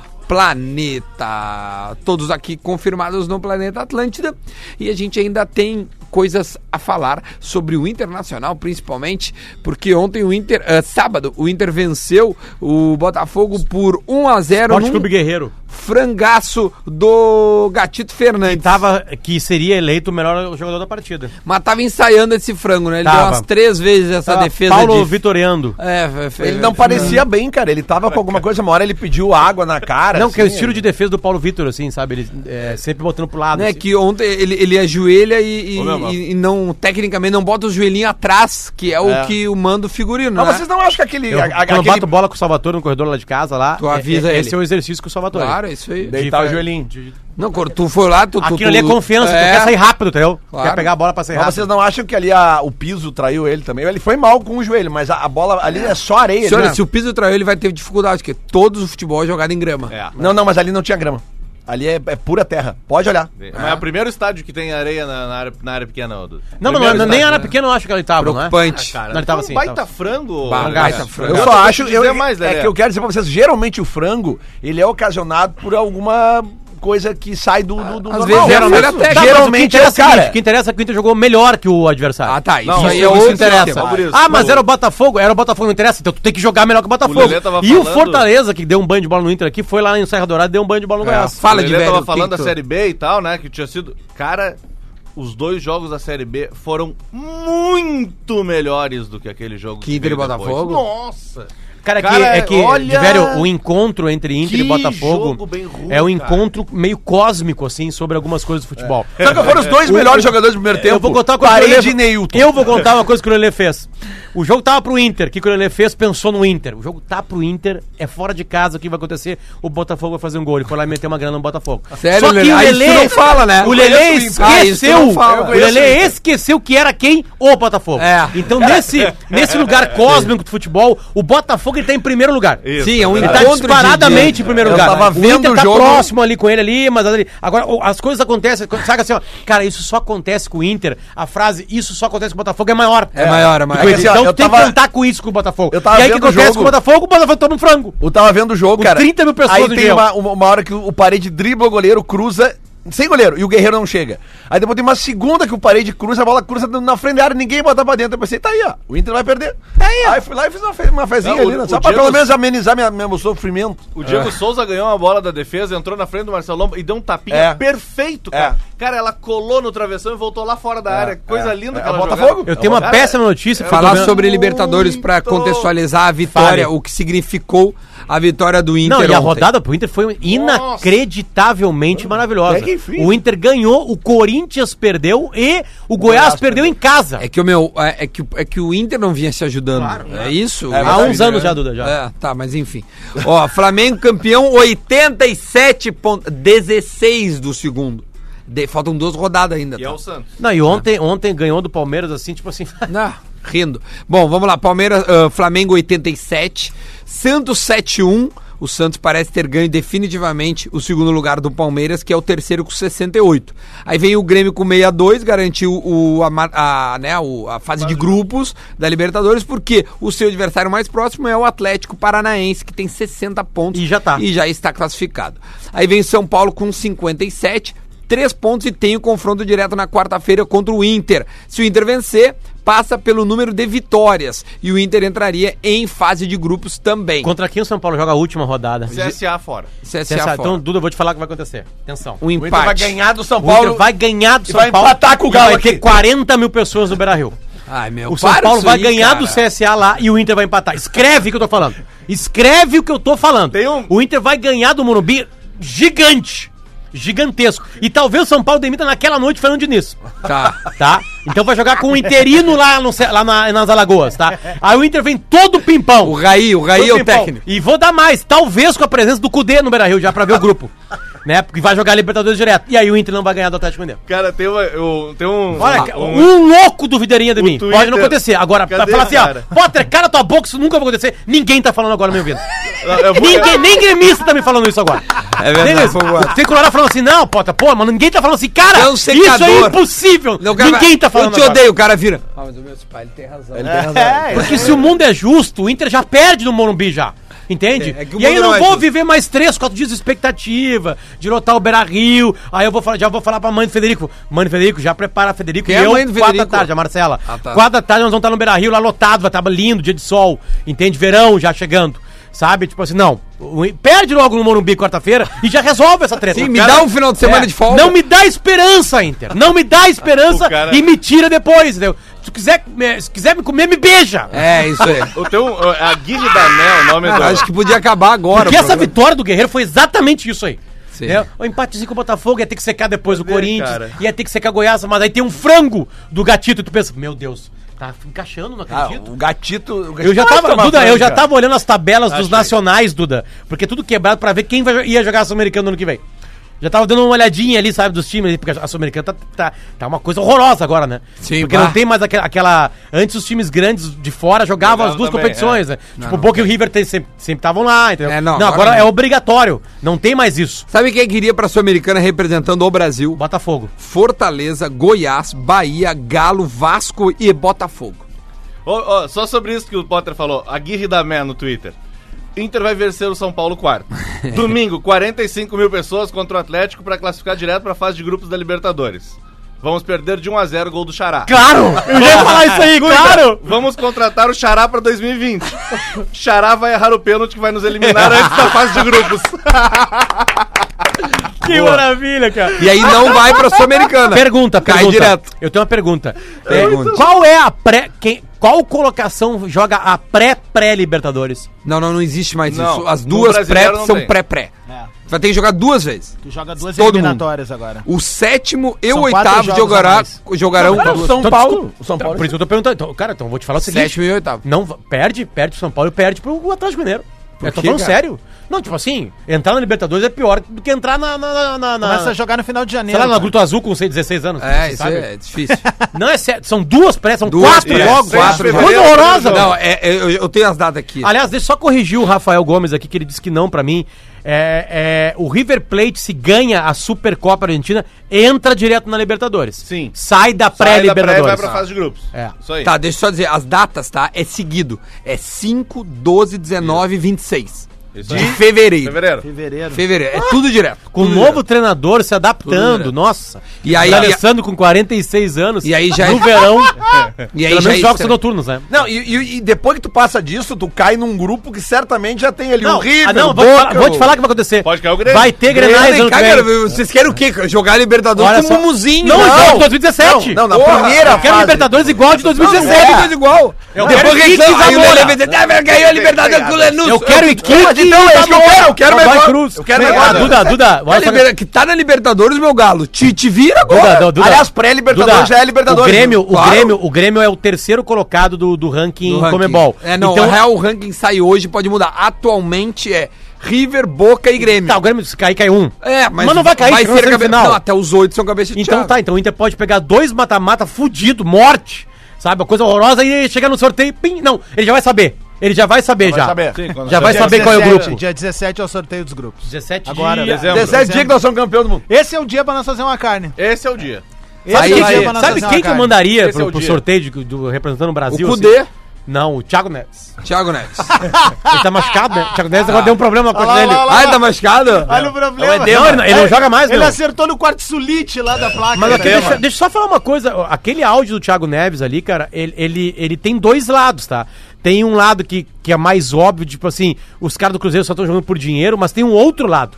B: planeta. Todos aqui confirmados no planeta Atlântida e a gente ainda tem coisas a falar sobre o Internacional, principalmente porque ontem o Inter, eh, sábado, o Inter venceu o Botafogo por 1 a 0
H: Esporte
B: num-
H: Clube Guerreiro.
B: frangaço do Gatito Fernandes.
H: Tava, que seria eleito o melhor jogador da partida.
B: Mas tava ensaiando esse frango, né? Ele
H: Tava.
B: deu umas três vezes essa
H: Tava
B: defesa
H: Paulo
B: de...
H: Vitoriando.
B: É, fe- fe-
C: Ele não parecia bem, cara. Ele tava com alguma coisa, uma hora ele pediu água na cara.
H: Não, que é o
C: assim,
H: estilo de defesa do Paulo Vitor, assim, sabe? Ele é, sempre botando pro lado.
B: Né,
H: assim.
B: que ontem ele, ele ajoelha e, e-
G: Ô, meu irmão.
B: e- e não, tecnicamente, não bota o joelhinho atrás, que é, o que o mando figurino,
C: Mas
B: né?
C: vocês não acham que aquele.
H: Eu,
C: a- a-
H: quando eu
C: aquele-
H: bato bola com o Salvatore no corredor lá de casa, lá.
B: Tu
H: é-
B: avisa
H: é-
B: ele.
H: Esse é o exercício com o Salvatore.
B: Claro, é isso aí.
C: Deitar o joelhinho.
B: Não, quando tu foi lá, tu... tu-
H: Aquilo
B: tu-
H: ali é confiança, tu quer sair rápido, entendeu?
B: Claro.
H: Quer pegar a bola pra sair
C: Mas
H: rápido.
C: vocês não acham que ali a- o piso traiu ele também? Ele foi mal com o joelho, mas a, a bola ali é só areia.
B: Senhora,
C: né?
B: se o piso traiu, ele vai ter dificuldade, porque todos o futebol é jogado em grama.
G: É.
C: Não, não, mas ali não tinha grama. Ali é, é pura terra. Pode olhar.
G: Mas é o primeiro estádio que tem areia na, na área, na área pequena. Dudu.
H: Não, mas não,
G: Primeiro
H: nem
G: estádio,
H: era
G: né?
H: pequeno, eu acho que ele tava, não é?
B: Preocupante.
G: Cara,
H: Não, ele
G: é
H: tava
G: um
H: assim,
G: baita
H: tava.
G: frango.
B: Baita
G: Frangaço.
B: frango.
C: Eu
B: Cara,
C: só acho,
G: te
C: eu,
G: dizer mais,
C: é
G: Lelé.
C: que eu quero dizer pra vocês, geralmente o frango, ele é ocasionado por alguma coisa que sai do, do, do
B: Às vezes é
C: Geralmente,
B: folha técnica.
C: geralmente é o
H: cara.
C: cara.
H: O que interessa é que o Inter jogou melhor que o adversário.
B: Ah, tá, isso
G: Não,
B: aí
G: isso
B: é
G: não
B: outro
G: interessa.
B: tema.
G: Vamos Fabrício.
H: Ah, mas
G: Pô.
H: era o Botafogo, era o Botafogo, não interessa, então tu tem que jogar melhor que o Botafogo.
G: Lelê tava
H: e o
G: falando-
H: Fortaleza, que deu um banho de bola no Inter aqui, foi lá em Serra Dourada e deu um banho de bola no
B: É,
H: Goiás.
B: Fala
G: O
B: de
G: Lelê
B: velho.
G: tava falando da
B: Pinto.
G: Série B e tal, né? Que tinha sido. Cara, os dois jogos da Série B foram muito melhores do que aquele jogo
B: Que Inter e
G: veio depois.
B: Botafogo?
G: Nossa!
H: Cara, que-
G: Cara,
H: é que,
G: olha-
H: velho, o encontro entre Inter e
G: Que
H: Botafogo
G: jogo bem ruim,
H: é um
G: cara.
H: encontro meio cósmico, assim, sobre algumas coisas do futebol.
B: É.
C: Sabe qual foram os dois melhores jogadores do primeiro tempo?
H: Eu vou contar uma coisa que o
C: Parede e
H: Lelê-
C: Neilton.
H: Eu vou contar uma coisa que o Lelê fez. O jogo tava pro Inter. O que que o Lelê fez? Pensou no Inter. O jogo tá pro Inter, é fora de casa. O que vai acontecer? O Botafogo vai fazer um gol. Ele foi lá e meteu uma grana no Botafogo.
B: Sério,
H: Só que
B: Lelê?
H: o
B: Ah, isso
H: Lelê.
B: tu não fala, né?
H: O Lelê
B: Eu conheço o Inter. Ah, isso tu não
H: esqueceu.
B: fala.
H: O Lelê esqueceu que era quem? O Botafogo.
B: É.
H: Então, nesse, nesse lugar cósmico do futebol, o Botafogo ele tá em primeiro lugar.
B: Sim, é um
H: Ele tá
B: encontro de-
H: disparadamente em primeiro
C: Eu
H: lugar.
C: tava
H: o
C: vendo
H: Inter
C: o
H: tá
C: jogo.
H: próximo ali com ele ali, mas ali- agora o- as coisas acontecem, sabe assim, ó, cara, isso só acontece com o Inter. A frase isso só acontece com o Botafogo é maior.
B: É maior, é
H: Do
B: maior.
H: que
C: É que assim, ó,
H: então
C: eu
H: tem que
C: tava-
H: contar com isso com o Botafogo.
C: Eu tava
H: e aí o que
C: vendo o
H: acontece
C: jogo.
H: com o Botafogo? O Botafogo toma um frango.
C: Eu tava vendo o jogo,
H: Com
C: cara.
H: 30 mil pessoas
C: Aí
H: no
C: tem
H: Engenhão.
C: uma, uma, uma hora que o parede dribla o goleiro, cruza. Sem goleiro, e o Guerreiro não chega. Aí depois tem uma segunda que o parede cruza, a bola cruza na frente da área, ninguém bota pra dentro. Eu pensei, tá aí, ó, o Inter vai perder. Tá aí, ó. Aí fui lá e fiz uma, fe- uma fezinha
G: Não, o-
C: ali, né?
G: o
C: só pra
G: Diego-
C: pelo menos amenizar minha, meu sofrimento. É.
G: O Diego Souza ganhou a bola da defesa, entrou na frente do Marcelo Lomba e deu um tapinha
C: É.
G: perfeito, cara. Cara, ela colou no travessão e voltou lá fora da área. Coisa linda
C: É,
G: aquela
C: é
G: jogada.
C: Botafogo.
H: Eu tenho uma
G: Cara,
H: péssima notícia que eu tô
B: Falar
H: vendo-
B: sobre Libertadores pra contextualizar a vitória, o que significou a vitória do Inter
H: Não, e a
B: ontem.
H: rodada pro Inter foi inacreditavelmente maravilhosa.
C: É que enfim.
H: O Inter ganhou, o Corinthians perdeu e o Goiás, perdeu em casa.
B: É que o meu, é, é que, o- é que o Inter não vinha se ajudando. é isso?
H: Há uns anos já, Duda, já.
B: É, tá, mas enfim. Ó, Flamengo campeão 87.16 do segundo. De- faltam duas rodadas ainda. tá?
G: E é o Santos.
H: Não, e ontem, ontem ganhou do Palmeiras assim, tipo assim,
B: Ah, rindo. Bom, vamos lá. Palmeiras, ah, Flamengo 87, Santos 7-1. O Santos parece ter ganho definitivamente o segundo lugar do Palmeiras, que é o terceiro com 68. Aí veio o Grêmio com 62, garantiu o, a, ma- a, né, o- a fase de grupos da Libertadores, porque o seu adversário mais próximo é o Atlético Paranaense, que tem 60 pontos.
H: E já tá.
B: E já está classificado. Aí vem São Paulo com 57, três pontos e tem o confronto direto na quarta-feira contra o Inter. Se o Inter vencer, passa pelo número de vitórias e o Inter entraria em fase de grupos também. é
H: contra quem o São Paulo joga a última rodada?
C: é
G: CSA fora.
B: CSA
H: Essa-
B: fora.
H: então, Duda, eu vou te falar o que vai acontecer. Atenção.
B: um
C: O Inter vai
B: empate.
C: ganhar do São
H: O Inter
C: Paulo.
H: vai ganhar do São
C: vai
H: Paulo.
C: empatar com o
H: e
C: Galo
H: Vai
C: aqui.
H: ter 40 mil pessoas no Beira Rio.
B: Ai, meu,
H: O São
B: para
H: Paulo
B: isso
H: vai
B: aí,
H: ganhar
B: cara.
H: do CSA lá e o Inter vai empatar. Escreve o que eu tô falando. Escreve o que eu tô falando.
G: Tem um-
H: O Inter vai ganhar do Morumbi gigante. Gigantesco. E talvez o São Paulo demita naquela noite o Fernando Diniz.
B: Tá.
H: Tá? Então vai jogar com o Interino lá, no, Ce- lá na- nas Alagoas, tá? Aí o Inter vem todo pimpão.
B: O Raí, o Raí é o
H: Pimpão.
B: técnico.
H: E vou dar mais, talvez com a presença do Cudê no Beira-Rio já pra ver o grupo. né? Porque vai jogar a Libertadores direto. E aí o Inter não vai ganhar do Atlético Mineiro.
G: Cara, tem, uma, eu- tem um.
B: Ah,
H: Olha,
G: um-
H: ca- um louco duvideirinha de mim. Pode não
G: Twitter-
H: acontecer. Agora, pra
G: Cadê,
H: falar assim,
G: cara?
H: ó, Potter, cala tua boca, isso nunca vai acontecer. Ninguém tá falando agora, meu ouvido.
G: eu vou-
H: Ninguém, nem gremista tá me falando isso agora.
B: É verdade,
H: Nem
B: vamos lá.
H: mesmo. Tem colorado falando assim, não, Potter, pô, mas ninguém tá falando assim, cara,
B: É um
H: isso
B: secador.
H: é impossível.
B: Não, o cara
H: Ninguém
B: vai-
H: tá falando
B: Eu te
H: agora.
B: odeio, o cara vira. Ah, mas o meu pai ele tem razão.
H: Porque se o mundo é justo, o Inter já perde no Morumbi já. Entende?
B: É, é que o
H: e aí
B: mundo
H: eu não,
B: não é
H: vou
B: justo.
H: viver mais três, quatro dias de expectativa, de lotar o Beira Rio. Aí eu vou falar, já vou falar pra mãe do Federico. Mãe do Federico, já prepara Federico.
B: Quem
H: e
B: é a
H: eu,
B: mãe do
H: quatro da
B: Federico?
H: tarde, a Marcela.
B: Ah, tá.
H: Quatro da tarde nós vamos estar no Beira Rio lá lotado, vai estar lindo, dia de sol. Entende? Verão já chegando. Sabe? Tipo assim, não. o- Perde logo no Morumbi quarta-feira e já resolve essa treta.
B: Sim,
H: O
B: me
H: cara-
B: dá um final de semana
H: é,
B: de folga.
H: Não me dá esperança, Inter. Não me dá esperança
G: O cara-
H: e me tira depois, entendeu? Se quiser, me- se quiser me comer, me beija.
B: É, isso aí.
G: O teu. A Guirre Danel, o nome
B: Cara,
G: do.
B: acho que podia acabar agora.
H: Porque
B: o
H: essa
B: programa.
H: vitória do Guerreiro foi exatamente isso aí.
B: Sim.
H: Né? O empatezinho com o Botafogo ia ter que secar depois o Corinthians,
G: cara?
H: ia ter que secar Goiás, mas aí tem um frango do gatito e tu pensa, meu Deus, tá encaixando, não
C: Ah,
H: acredito.
C: o gatito. o gatito
H: Eu já,
C: vai
B: é
H: tava,
C: tomar
H: Duda, eu já
C: franca.
H: tava olhando as tabelas dos nacionais, Duda, porque tudo quebrado pra ver quem vai, ia jogar a Sul-Americana no ano que vem. Já tava dando uma olhadinha ali, sabe, dos times, porque a Sul-Americana tá, tá, tá uma coisa horrorosa agora, né?
B: Sim,
H: porque
B: bah.
H: não tem mais aquela, aquela- Antes os times grandes de fora
G: Jogavam
H: jogavam as duas
G: também,
H: competições, né? tipo, o Boca e o River tem- sempre sempre estavam lá, entendeu?
B: É, não,
H: não,
B: agora
H: agora, é
B: não.
H: obrigatório, não tem mais isso.
B: Sabe quem queria pra Sul-Americana representando o Brasil?
H: Botafogo.
B: Fortaleza, Goiás, Bahia, Galo, Vasco e Botafogo.
G: Ó, ó, só sobre isso que o Potter falou. A Guirre da Mé no Twitter. Inter vai vencer o São Paulo quarto. Domingo, 45 mil pessoas contra o Atlético pra classificar direto pra fase de grupos da Libertadores. Vamos perder de 1 a 0 gol do Xará.
H: Claro! Eu ia falar isso aí, claro!
G: Vamos contratar o Xará pra 2020. Xará vai errar o pênalti que vai nos eliminar antes da fase de grupos.
H: Que maravilha, cara!
B: E aí não vai pra Sul-Americana.
H: Pergunta,
B: Cai
H: pergunta.
B: direto.
H: Eu tenho uma pergunta. É,
B: Pergunta.
H: qual é a pré. Quem, qual colocação joga a pré-pré-Libertadores?
B: Não, não, não existe mais
G: Não,
B: isso. As
G: no
B: duas
G: brasileiro
B: pré
G: não
B: são
G: tem.
B: pré-pré. Vai ter que jogar duas vezes.
E: É, Tu joga duas
B: Todo
E: eliminatórias agora.
B: O sétimo e
E: São
B: o
E: quatro
B: oitavo
E: jogos a
B: jogará,
E: mais.
B: jogarão
C: Cara, o
B: duas.
C: São
H: Então,
C: Paulo.
H: desculpa.
C: o São
H: Tá,
C: Paulo.
H: por isso que eu tô perguntando. Então, cara, então eu vou te falar o seguinte.
B: Sétimo e oitavo.
H: Não, va- perde, perde pro São Paulo e perde pro Atlético Mineiro. eu tô
B: quê,
H: falando
B: cara?
H: sério. Não, tipo assim, entrar na Libertadores é pior do que entrar na. na, na, na-
E: Começa a jogar no final de
H: sei
E: janeiro. então.
H: lá, na
E: cara.
H: Gruta Azul com 16 anos.
B: É,
H: você
B: isso
H: sabe?
B: é difícil.
H: Não é sério. São duas pré, são
B: Duas
H: quatro
B: pré,
H: jogos.
B: seis de
H: Quatro jogos.
B: fevereiro,
H: Coisa horrorosa.
B: Não, é- é- eu, eu tenho as datas aqui.
H: Aliás, deixa eu só corrigir o Rafael Gomes aqui, que ele disse que não pra mim. É, é, o River Plate, se ganha a Supercopa Argentina, entra direto na Libertadores.
G: Sim.
H: Sai da
G: Sai da pré e vai
H: pré-Libertadores.
G: pra fase de grupos.
H: É.
G: Isso aí.
B: Tá, deixa eu só dizer, as datas, tá? É seguido. É 5, 12, 19 e 26.
G: Isso
B: De
G: aí.
B: fevereiro. Fevereiro.
G: Fevereiro.
E: Fevereiro.
B: É tudo direto.
H: Com um
B: tudo
H: novo
B: direto.
H: treinador se
B: Tudo
H: adaptando,
B: direto.
H: nossa.
B: E aí-
H: O Alessandro com 46 anos.
B: E aí já-
H: No verão. É.
B: E aí
H: pelo
B: já é
H: menos jogos
B: estreia.
H: são noturnos, né?
C: Não, e, e- e depois que tu passa disso, tu cai num grupo que certamente já tem ali o River,
H: ah, não
C: o
H: vou, te falar-
C: Boca,
H: vou te
C: o-
H: falar o que vai acontecer.
G: Pode cair o Grêmio.
H: Vai ter
B: Grês,
H: Grenais
B: vem
H: ano
B: cá,
H: que vem.
B: cara, vocês querem o quê? cara? Jogar Libertadores
H: Olha
B: com
H: só.
B: Mumuzinho?
H: Não, então, igual de
B: não.
H: 2017.
C: Não, não, na
B: Porra,
C: primeira
H: Eu quero
C: fase.
H: Libertadores igual é a de 2017.
B: é igual.
H: Eu
B: Não,
H: quero
B: depois
H: Henrique
B: reclama, aí o
H: Zamora.
B: Lele vai dizer, "Ah, mas ganhou a Libertadores com o Lanús.
H: Eu
B: fico-
H: quero
B: Mas
H: Henrique
B: então,
H: e
B: é isso que eu quero. Eu quero
H: Godoy
B: melhor.
H: Cruz.
B: Eu quero
H: Vem
B: melhor.
H: cá, Duda, Duda,
B: Tá
H: olha só.
B: libera- Que tá na Libertadores, meu galo. Te, te vira agora.
H: Duda, Duda.
C: Aliás, pré-Libertadores
H: Duda,
C: já é Libertadores.
H: O Grêmio,
B: né? Claro.
H: o, Grêmio, o Grêmio é o terceiro colocado do, do ranking
B: do ranking.
H: Comebol.
B: É, não,
H: então,
B: na real, o ranking sai hoje, pode mudar. Atualmente é River, Boca e Grêmio.
H: tá, o Grêmio se cair, cai um.
B: É,
H: mas não vai cair,
B: vai
H: senão
B: ser
H: é
B: cabe...
H: semifinal.
B: Não, até os oito são cabeça de
H: Então
B: chave.
H: tá, então o Inter pode pegar dois mata-mata fudido, morte, sabe? Uma coisa horrorosa e chegar no sorteio, pim, não, ele já vai saber. Ele já vai saber já.
C: saber.
G: Sim, quando
H: já vai
G: chegar.
H: saber qual é o
E: 17,
H: grupo.
E: Dia 17 é o sorteio dos grupos.
H: 17
E: Agora,
H: de...
G: dezembro.
C: 17 dias que nós somos campeão do mundo.
E: Esse é o dia pra nós fazer uma carne.
G: Esse é o dia.
E: Esse
B: Aí,
E: é o dia
B: aí.
E: pra nós
H: Sabe
E: fazer
H: quem
E: uma
H: que eu
E: carne.
H: mandaria
G: Esse é
H: pro,
G: o
H: pro
G: dia.
H: sorteio de- do, representando o
B: O
H: Brasil?
B: Cudê,
H: assim? Não, o Thiago Neves.
B: Thiago Neves.
H: Ele tá machucado, né? O Thiago Neves agora deu um problema na coxa dele.
B: Ai, tá machucado?
G: É.
E: Olha o
G: um
E: problema. É,
H: Não, ele, não- ele não joga mais,
E: Ele
H: meu. É.
E: acertou no quarto sulite lá da placa. né?
H: Mas aqui,
E: Cara.
H: deixa, deixa eu só falar uma coisa. ó, Aquele áudio do Thiago Neves ali, cara, ele, ele, ele tem dois lados, tá? Tem um lado que, que é mais óbvio, tipo assim, os caras do Cruzeiro só estão jogando por dinheiro, mas tem um outro lado.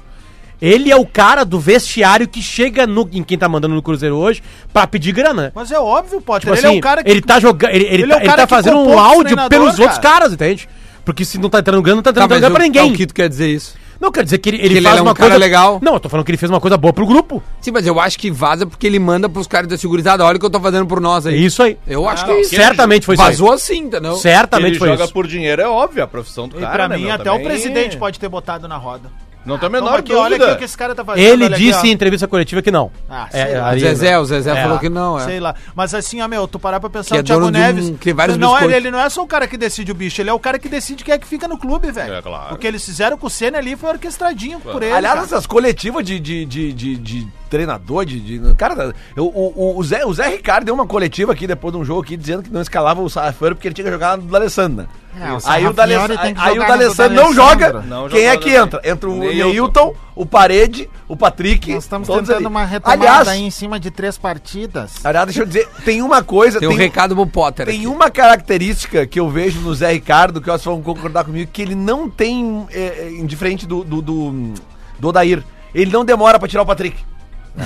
H: Ele é o cara do vestiário que chega no, em quem tá mandando no Cruzeiro hoje pra pedir grana.
E: Mas é óbvio, pode.
H: Tipo assim, ele tá jogando. Ele,
E: Ele
H: ele
E: é
H: tá,
E: o
H: ele
E: cara
H: tá
E: que
H: fazendo um
E: compõe os
H: áudio
E: treinador,
H: pelos outros
E: cara.
H: caras, entende? Porque se não tá entrando grana, não tá
B: Tá,
H: entrando
B: mas
H: grana
B: eu,
H: pra
B: tá,
H: ninguém.
B: o que tu quer dizer isso?
H: Não, quer dizer que ele, ele
B: Que ele
H: faz
B: é um
H: uma
B: cara
H: coisa...
B: legal.
H: Não, eu tô falando que ele fez uma coisa boa pro grupo.
B: Sim, mas eu acho que vaza porque ele manda pros caras da segurizada, olha o que eu tô fazendo por nós
H: É
B: aí.
H: isso aí.
B: Eu acho que
G: não,
B: é isso.
H: Certamente foi isso aí.
B: Vazou assim, entendeu?
H: Certamente
G: ele
H: foi
G: joga
H: isso.
G: por dinheiro, é óbvio, a profissão do
E: E
G: cara.
E: pra
G: né,
E: mim,
G: meu?
E: até o
G: Também-
E: presidente pode ter botado na roda.
G: Não tem a
E: Não,
G: menor
E: porque olha aqui
G: dúvida.
E: o que esse cara tá fazendo.
H: Ele
E: olha aqui,
H: disse
E: ó.
H: em entrevista coletiva que não.
E: Ah,
H: É,
E: sei lá.
H: aí-
B: Zezé, o Zezé
H: É,
B: falou que não, é.
E: Sei lá. Mas assim, ó, meu, tu parar pra pensar,
B: Que é
E: o Thiago
B: dono de um-
E: Neves.
B: que vários
E: não, é-
B: biscoitos.
E: ele, não é só o cara que decide o bicho, ele é o cara que decide quem é que fica no clube, velho.
G: É, claro.
E: O que eles fizeram com o Senna ali foi orquestradinho por ele.
C: Aliás,
E: cara.
C: essas coletivas de, de, de, de, de treinador, de, de- Cara, eu- o, o- o Zé, o Zé Ricardo deu uma coletiva aqui depois de um jogo aqui dizendo que não escalava o Sarrafiori porque ele tinha que jogar no D'Alessandro. né?
E: É, o
C: aí o
E: Sarrafiori
C: D'Aless-
E: tem que
C: aí o
E: jogar no
C: D'Alessandro não
E: D'Alessandro.
C: joga.
G: Não
C: Quem
G: joga
C: é que
G: também.
C: entra? Entra o
G: Neilton.
C: Neilton, o Parede, o Patrick.
I: Nós estamos
C: todos
I: tentando
C: ali.
I: uma retomada
C: Aliás,
I: aí em cima de três partidas.
H: Tá,
C: aliás, deixa eu dizer, tem uma coisa.
B: Tem um recado pro Potter.
C: Tem
B: aqui.
H: um
C: uma característica que eu vejo no Zé Ricardo, que vocês vão concordar comigo, que ele não tem, é, é, indiferente do, do, do, do Odair, ele não demora pra tirar o Patrick.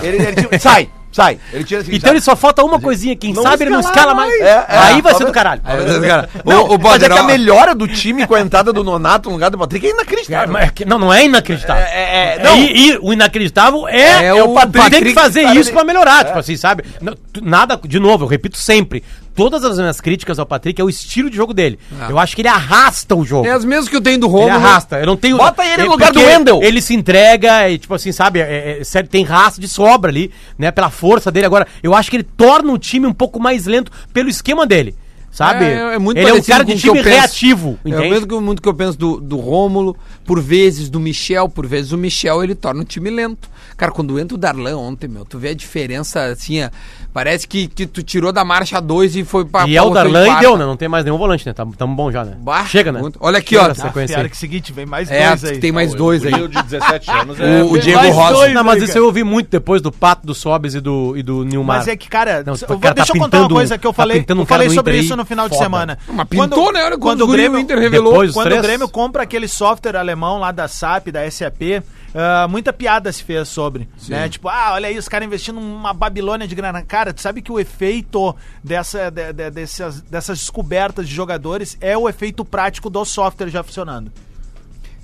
C: Ele, ele tira- sai, sai. Ele tira assim,
H: Então
C: sai.
H: ele só falta uma coisinha, quem sabe ele não escala mais.
C: É, é,
H: aí vai
C: talvez-
H: ser do caralho.
B: Talvez esse cara-
C: Não,
B: o, o
C: mas
B: Potter,
C: é que a
B: ó,
C: melhora do time com a entrada do Nonato no lugar do Patrick é
H: É,
C: inacreditável.
H: mas é que- Não, não é inacreditável.
C: É, é, é,
H: É, e, e o inacreditável é,
B: É o Patrick.
H: tem que fazer
C: Cara,
H: isso
C: ele-
H: pra melhorar, tipo assim, sabe? Não, tu- Nada, de novo, eu repito sempre, todas as minhas críticas ao Patrick é o estilo de jogo dele. Eu acho que ele arrasta o jogo.
B: É as mesmas que eu tenho do
H: Ele
B: Romulo.
H: arrasta, eu não tenho.
C: Bota ele no
H: é,
C: lugar
H: porque
C: do Wendel.
H: Ele se entrega, e, tipo assim, sabe? é- é- sério, tem raça de sobra ali, né? Pela força dele. Agora, eu acho que ele torna o time um pouco mais lento pelo esquema dele, sabe?
B: É, é muito
H: ele é um
B: parecido
H: cara
B: com
H: de
B: o que eu
H: time
B: penso.
H: reativo,
B: É o mesmo que, muito que eu penso do, do Rômulo, por vezes do Michel, por vezes o Michel ele torna o time lento. Cara, quando entra o Darlan ontem, meu, tu vê a diferença assim, ó, parece que, que tu tirou da marcha 2 e foi pra
H: E é o
B: pra outra
H: Darlan e
B: quarta.
H: deu, né? Não tem mais nenhum volante, né? Tamo, tamo bom já, né?
B: Bah,
H: Chega, né?
B: muito. Olha aqui,
H: Chega
B: ó.
H: essa
B: Ah,
H: sequência
E: pior
H: aí.
E: que seguinte, vem mais
B: É,
E: dois aí.
B: tem mais dois aí.
G: O de 17 anos é,
B: O- o Diego
H: Mais
B: Rossi.
H: dois, Não, mas
E: né,
H: isso eu ouvi muito depois do Pato, do Sobes e do, e do Nilmar.
E: Mas é que, cara,
H: Não,
E: eu
H: esse
E: vou-
H: cara tá
E: deixa eu contar uma
H: pintando um-
E: coisa que eu
H: tá
E: falei,
H: pintando um
E: eu
H: cara
E: falei
H: no
E: sobre
H: Inter aí,
E: isso no final de
H: foda.
E: semana.
B: Mas pintou, né? Olha quando,
E: quando
B: o
E: o
B: Grêmio
E: Grêmio-
B: Inter revelou.
H: Depois- os
E: Quando
H: três?
E: o Grêmio compra aquele software alemão lá da SAP, da SAP, ah, muita piada se fez sobre. Né? Tipo, ah, olha aí, os caras investindo uma Babilônia de grana. Cara, tu sabe que o efeito dessa, de- de- dessas, dessas descobertas de jogadores é o efeito prático do software já funcionando.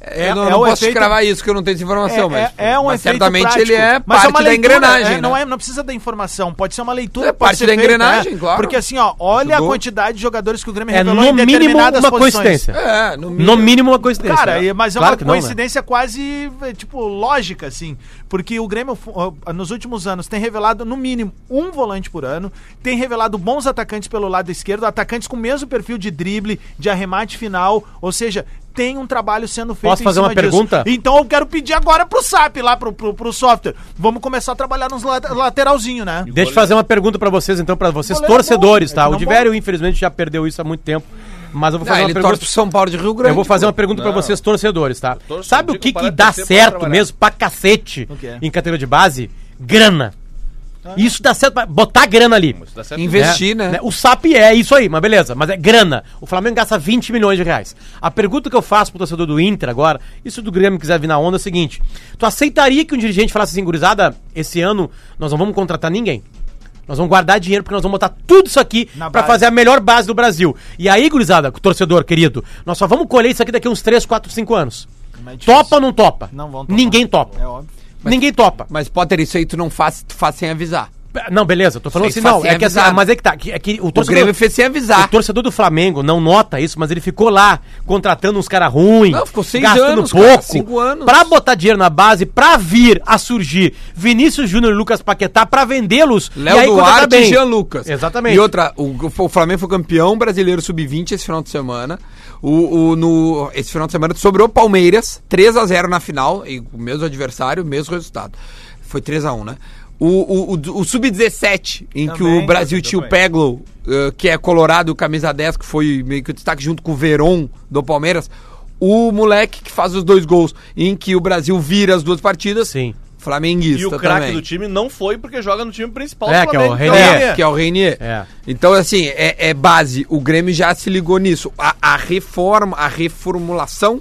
B: É, eu não,
E: é
B: não
E: o
B: posso
E: efeito-
B: cravar isso, que eu não tenho essa informação,
E: é,
B: mas,
E: é- é um
B: mas
E: efeito
B: certamente
E: prático.
B: ele é
E: Mas
B: parte
E: uma
B: da
E: leitura,
B: engrenagem.
E: é,
B: né?
E: Não, é, não precisa da informação, pode ser uma leitura.
B: É
E: pode
B: parte
E: ser
B: da
E: feito,
B: engrenagem, claro.
E: Porque assim, ó, olha
B: Ajudou.
E: a quantidade de jogadores que o Grêmio
H: É,
E: revelou
H: no mínimo, uma
E: posições.
H: coincidência.
B: É, no mínimo.
H: No mínimo uma coincidência.
E: Cara,
H: né?
E: e- mas é
H: Claro
E: uma
H: que não, né?
E: coincidência quase, eh, tipo, lógica, assim. Porque o Grêmio, fu- ah, nos últimos anos, tem revelado, no mínimo, um volante por ano, tem revelado bons atacantes pelo lado esquerdo, atacantes com o mesmo perfil de drible, de arremate final, ou seja, tem um trabalho sendo feito
H: Posso fazer uma pergunta?
E: Então eu quero pedir agora pro SAP, lá pro, pro, pro software. Vamos começar a trabalhar nos late- lateralzinho, né?
H: Deixa eu fazer uma pergunta pra vocês, então, pra vocês
E: Goleiro é
H: torcedores,
E: bom, é
H: tá?
E: que
H: O
E: não
H: Diverio, infelizmente, já perdeu isso há muito tempo. Mas eu vou
B: Não,
H: fazer
B: Ah, ele
H: é uma
B: torce
H: pergunta.
B: pro São Paulo de Rio Grande.
H: Eu vou fazer
B: pô.
H: uma pergunta pra vocês, torcedores, tá?
G: torço,
H: Sabe
G: eu
H: o que,
G: digo
H: que
G: para
H: dá
G: torcer para
H: certo
G: trabalhar.
H: mesmo pra cacete
E: O quê?
H: em categoria de base? Grana. Isso dá certo pra botar grana ali.
B: investir, né?
H: O SAP é isso aí, mas beleza, mas é grana. O Flamengo gasta 20 milhões de reais. A pergunta que eu faço pro torcedor do Inter agora, e se o do Grêmio quiser vir na onda, é o seguinte: tu aceitaria que um dirigente falasse assim, gurizada, esse ano nós não vamos contratar ninguém? Nós vamos guardar dinheiro porque nós vamos botar tudo isso aqui
E: Na
H: pra
E: base.
H: fazer a melhor base do Brasil. E aí, gurizada, torcedor querido, nós só vamos colher isso aqui daqui uns 3, 4, 5 anos.
E: Mas é difícil.
H: Topa ou não topa?
E: Não vão topar.
H: Ninguém topa.
E: É óbvio.
H: Ninguém topa.
B: Mas, Potter, isso aí tu não faz, tu faz sem avisar.
H: Não, beleza, tô falando
B: Sei,
H: assim, não.
B: fácil,
H: É que assim,
B: avisado.
H: ah, mas é que tá. que- É que o
B: O
H: torcedor.
B: Grêmio fez sem
H: O
B: avisar.
H: torcedor do Flamengo não nota isso, mas ele ficou lá contratando uns caras ruins.
B: Não, ficou seis
H: gastando
B: anos,
H: pouco.
B: cara, cinco anos.
H: Pra botar dinheiro na base, pra vir a surgir Vinícius Júnior e Lucas Paquetá, pra vendê-los.
B: Léo
H: contratar
B: Duarte e Jean Lucas.
H: Exatamente.
B: E outra, o, o Flamengo foi campeão brasileiro sub-20 esse final de semana. O, o- no, esse final de semana sobrou Palmeiras, 3 a 0 na final, e o mesmo adversário, o mesmo resultado. Foi 3 a 1 né? O, o, o- o sub-17, em que o
E: Também,
B: Brasil tinha o Peglo, eh, que é colorado, camisa 10, que foi meio que o destaque junto com o Veron do Palmeiras. O moleque que faz os dois gols, em que o Brasil vira as duas partidas.
H: Sim.
B: Flamenguista
G: E o craque
B: também.
G: do time não foi porque joga no time principal
H: É, que é o
G: então,
H: René.
G: René.
B: É, que é o Reinier.
H: É.
B: Então, assim, é, é base. O Grêmio já se ligou nisso. A, a reforma, a reformulação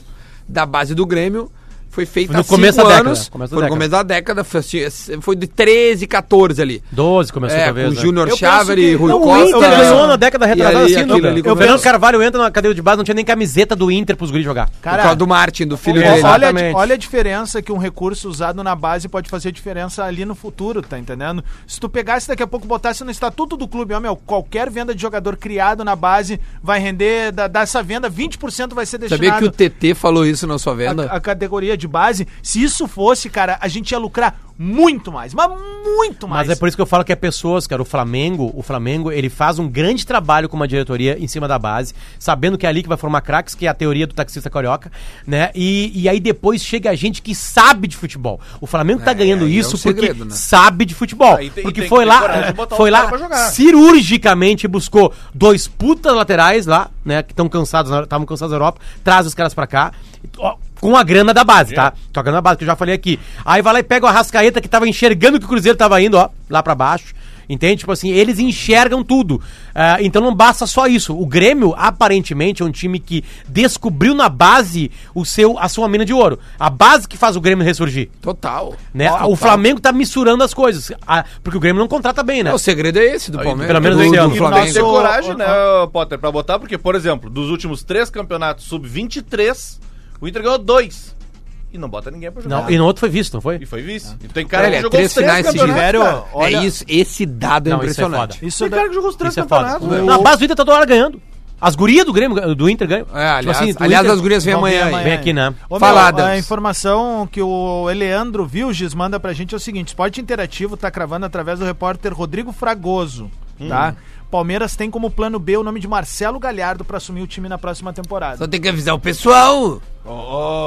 B: da base do Grêmio foi feita
H: No
B: há
H: começo
B: cinco
H: da década,
B: anos.
H: começo
B: foi
H: da
B: no
H: década.
B: começo da década. Foi, assim, foi de 13, 14 ali.
H: 12 começou
B: É,
H: talvez.
B: com
H: né?
B: Júnior
E: Eu
B: Chávere,
E: penso que-
B: Rui
H: Não,
B: Costa.
H: o Inter
B: né?
H: ganhou na década
B: E
H: retrasada
B: aí,
H: assim,
B: aquilo
H: Duda.
B: ali
H: O Fernando
B: começa-
H: Carvalho entra na cadeira de base, não tinha nem camiseta do Inter pros guris jogar.
B: Por causa do Martin, do filho
E: Ó,
B: dele.
E: É, Olha,
H: Exatamente.
E: olha a diferença que um recurso usado na base pode fazer diferença ali no futuro, tá entendendo? Se tu pegasse daqui a pouco e botasse no estatuto do clube, ó, meu, qualquer venda de jogador criado na base vai render, da, dessa venda, 20% vai ser destinado
B: Sabia que o TT falou isso na sua venda?
E: a, a categoria de base, se isso fosse, cara, a gente ia lucrar muito mais, mas muito mais.
H: Mas é por isso que eu falo que é pessoas, cara. O Flamengo, o Flamengo, ele faz um grande trabalho com uma diretoria em cima da base, sabendo que é ali que vai formar craques, que é a teoria do taxista carioca, né? E, e aí depois chega a gente que sabe de futebol. O Flamengo tá ganhando
B: aí é
H: isso
B: um
H: porque
B: segredo, né?
H: sabe de futebol.
G: Ah, e tem- e
H: porque
G: tem
H: foi
G: que ter coragem
H: lá,
G: de botar
H: foi
G: os
H: lá
G: caras pra jogar.
H: cirurgicamente buscou dois putas laterais lá, né? Que estão cansados, na- estavam cansados da Europa, traz os caras pra cá. ó, Com a grana da base, tá?
G: É.
H: Com a grana da base, que eu já falei aqui. Aí vai lá e pega o Arrascaeta que tava enxergando que o Cruzeiro tava indo, ó, lá pra baixo. Entende? Tipo assim, eles enxergam tudo. Ah, então não basta só isso. O Grêmio, aparentemente, é um time que descobriu na base o seu, a sua mina de ouro. A base que faz o Grêmio ressurgir.
B: Total.
H: Né?
B: Total.
H: o Flamengo tá misturando as coisas. Ah, porque o Grêmio não contrata bem, né?
B: O segredo é esse do Palmeiras.
H: pelo menos
B: do,
H: esse
B: do
H: ano.
G: E
B: Flamengo.
G: nós ter
E: Ô,
G: coragem,
E: ô,
G: né, Potter, pra botar, porque, por exemplo, dos últimos três campeonatos sub-23, o Inter ganhou dois. E não bota ninguém pra jogar.
E: né?
H: Não, e é no outro foi visto, não foi?
G: E foi vice. E tem cara
B: Olha,
G: que jogou
B: três
G: os é três
B: finais
G: campeonatos.
E: Velho,
G: cara.
E: olha,
B: É isso, esse dado é
H: Não, isso é
B: impressionante.
H: foda.
E: isso
G: Tem
E: da-
G: cara que jogou os três
H: Isso é foda.
G: campeonatos,
E: né?
G: velho.
H: Na base do Inter tá toda hora ganhando. As gurias do Grêmio, do Inter ganham.
B: É, aliás,
H: Tipo assim, o
B: aliás
H: Inter-
B: as gurias vêm
E: Vão vir
B: amanhã.
E: amanhã.
B: aí.
H: Vem aqui, né?
E: Ô,
B: Fala,
E: meu,
B: Adams.
E: a informação que o Eleandro Vilges manda pra gente é o seguinte: Esporte Interativo tá cravando através do repórter Rodrigo Fragoso,
B: Hum.
E: tá? Palmeiras tem como plano B o nome de Marcelo Galhardo pra assumir o time na próxima temporada.
B: Só tem que avisar o pessoal.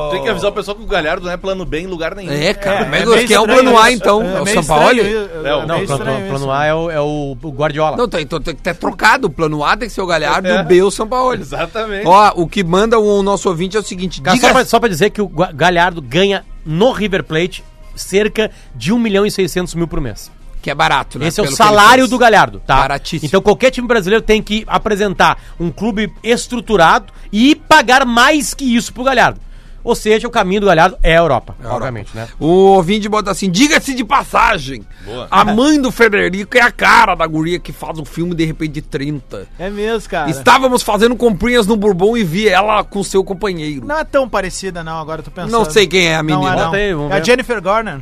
G: Tem que avisar o pessoal que o Galhardo não é plano B em lugar nenhum.
B: É, cara. como é,
E: meio
B: que quem é o
E: estranho
B: plano A,
E: isso.
B: então? É, o
E: meio
B: São Paulo?
E: estranho, é, é
G: Não,
H: Não,
E: meio
H: o plano,
E: estranho
H: plano- plano
E: isso. né?
H: A é o, é o o Guardiola.
B: Não, tem, então tem que ter trocado. O plano A tem que ser o Galhardo e o B o São Paulo.
G: Exatamente.
B: Ó, o que manda o nosso ouvinte é o seguinte.
H: Cara,
B: diga-
H: só, pra, só pra dizer que o Gua- Galhardo ganha no River Plate cerca de 1 milhão e 600 mil por mês.
B: Que é barato, né?
H: Esse é o
B: Pelo que ele
H: salário
B: fez.
H: do Galhardo, tá?
B: Baratíssimo.
H: Então qualquer time brasileiro tem que apresentar um clube estruturado e pagar mais que isso pro Galhardo. Ou seja, o caminho do Galhardo é a Europa, obviamente, né?
B: O ouvinte bota assim, diga-se de passagem. A mãe do Frederico é a cara da guria que faz um filme de repente de 30.
E: É mesmo, cara.
B: Estávamos fazendo comprinhas no Bourbon e vi ela com seu companheiro.
E: Não é tão parecida, não, agora eu tô pensando.
B: Não sei quem é a
E: Não,
B: menina.
E: é, não.
H: Bota aí, vamos
E: é a
H: ver.
E: Jennifer Garner.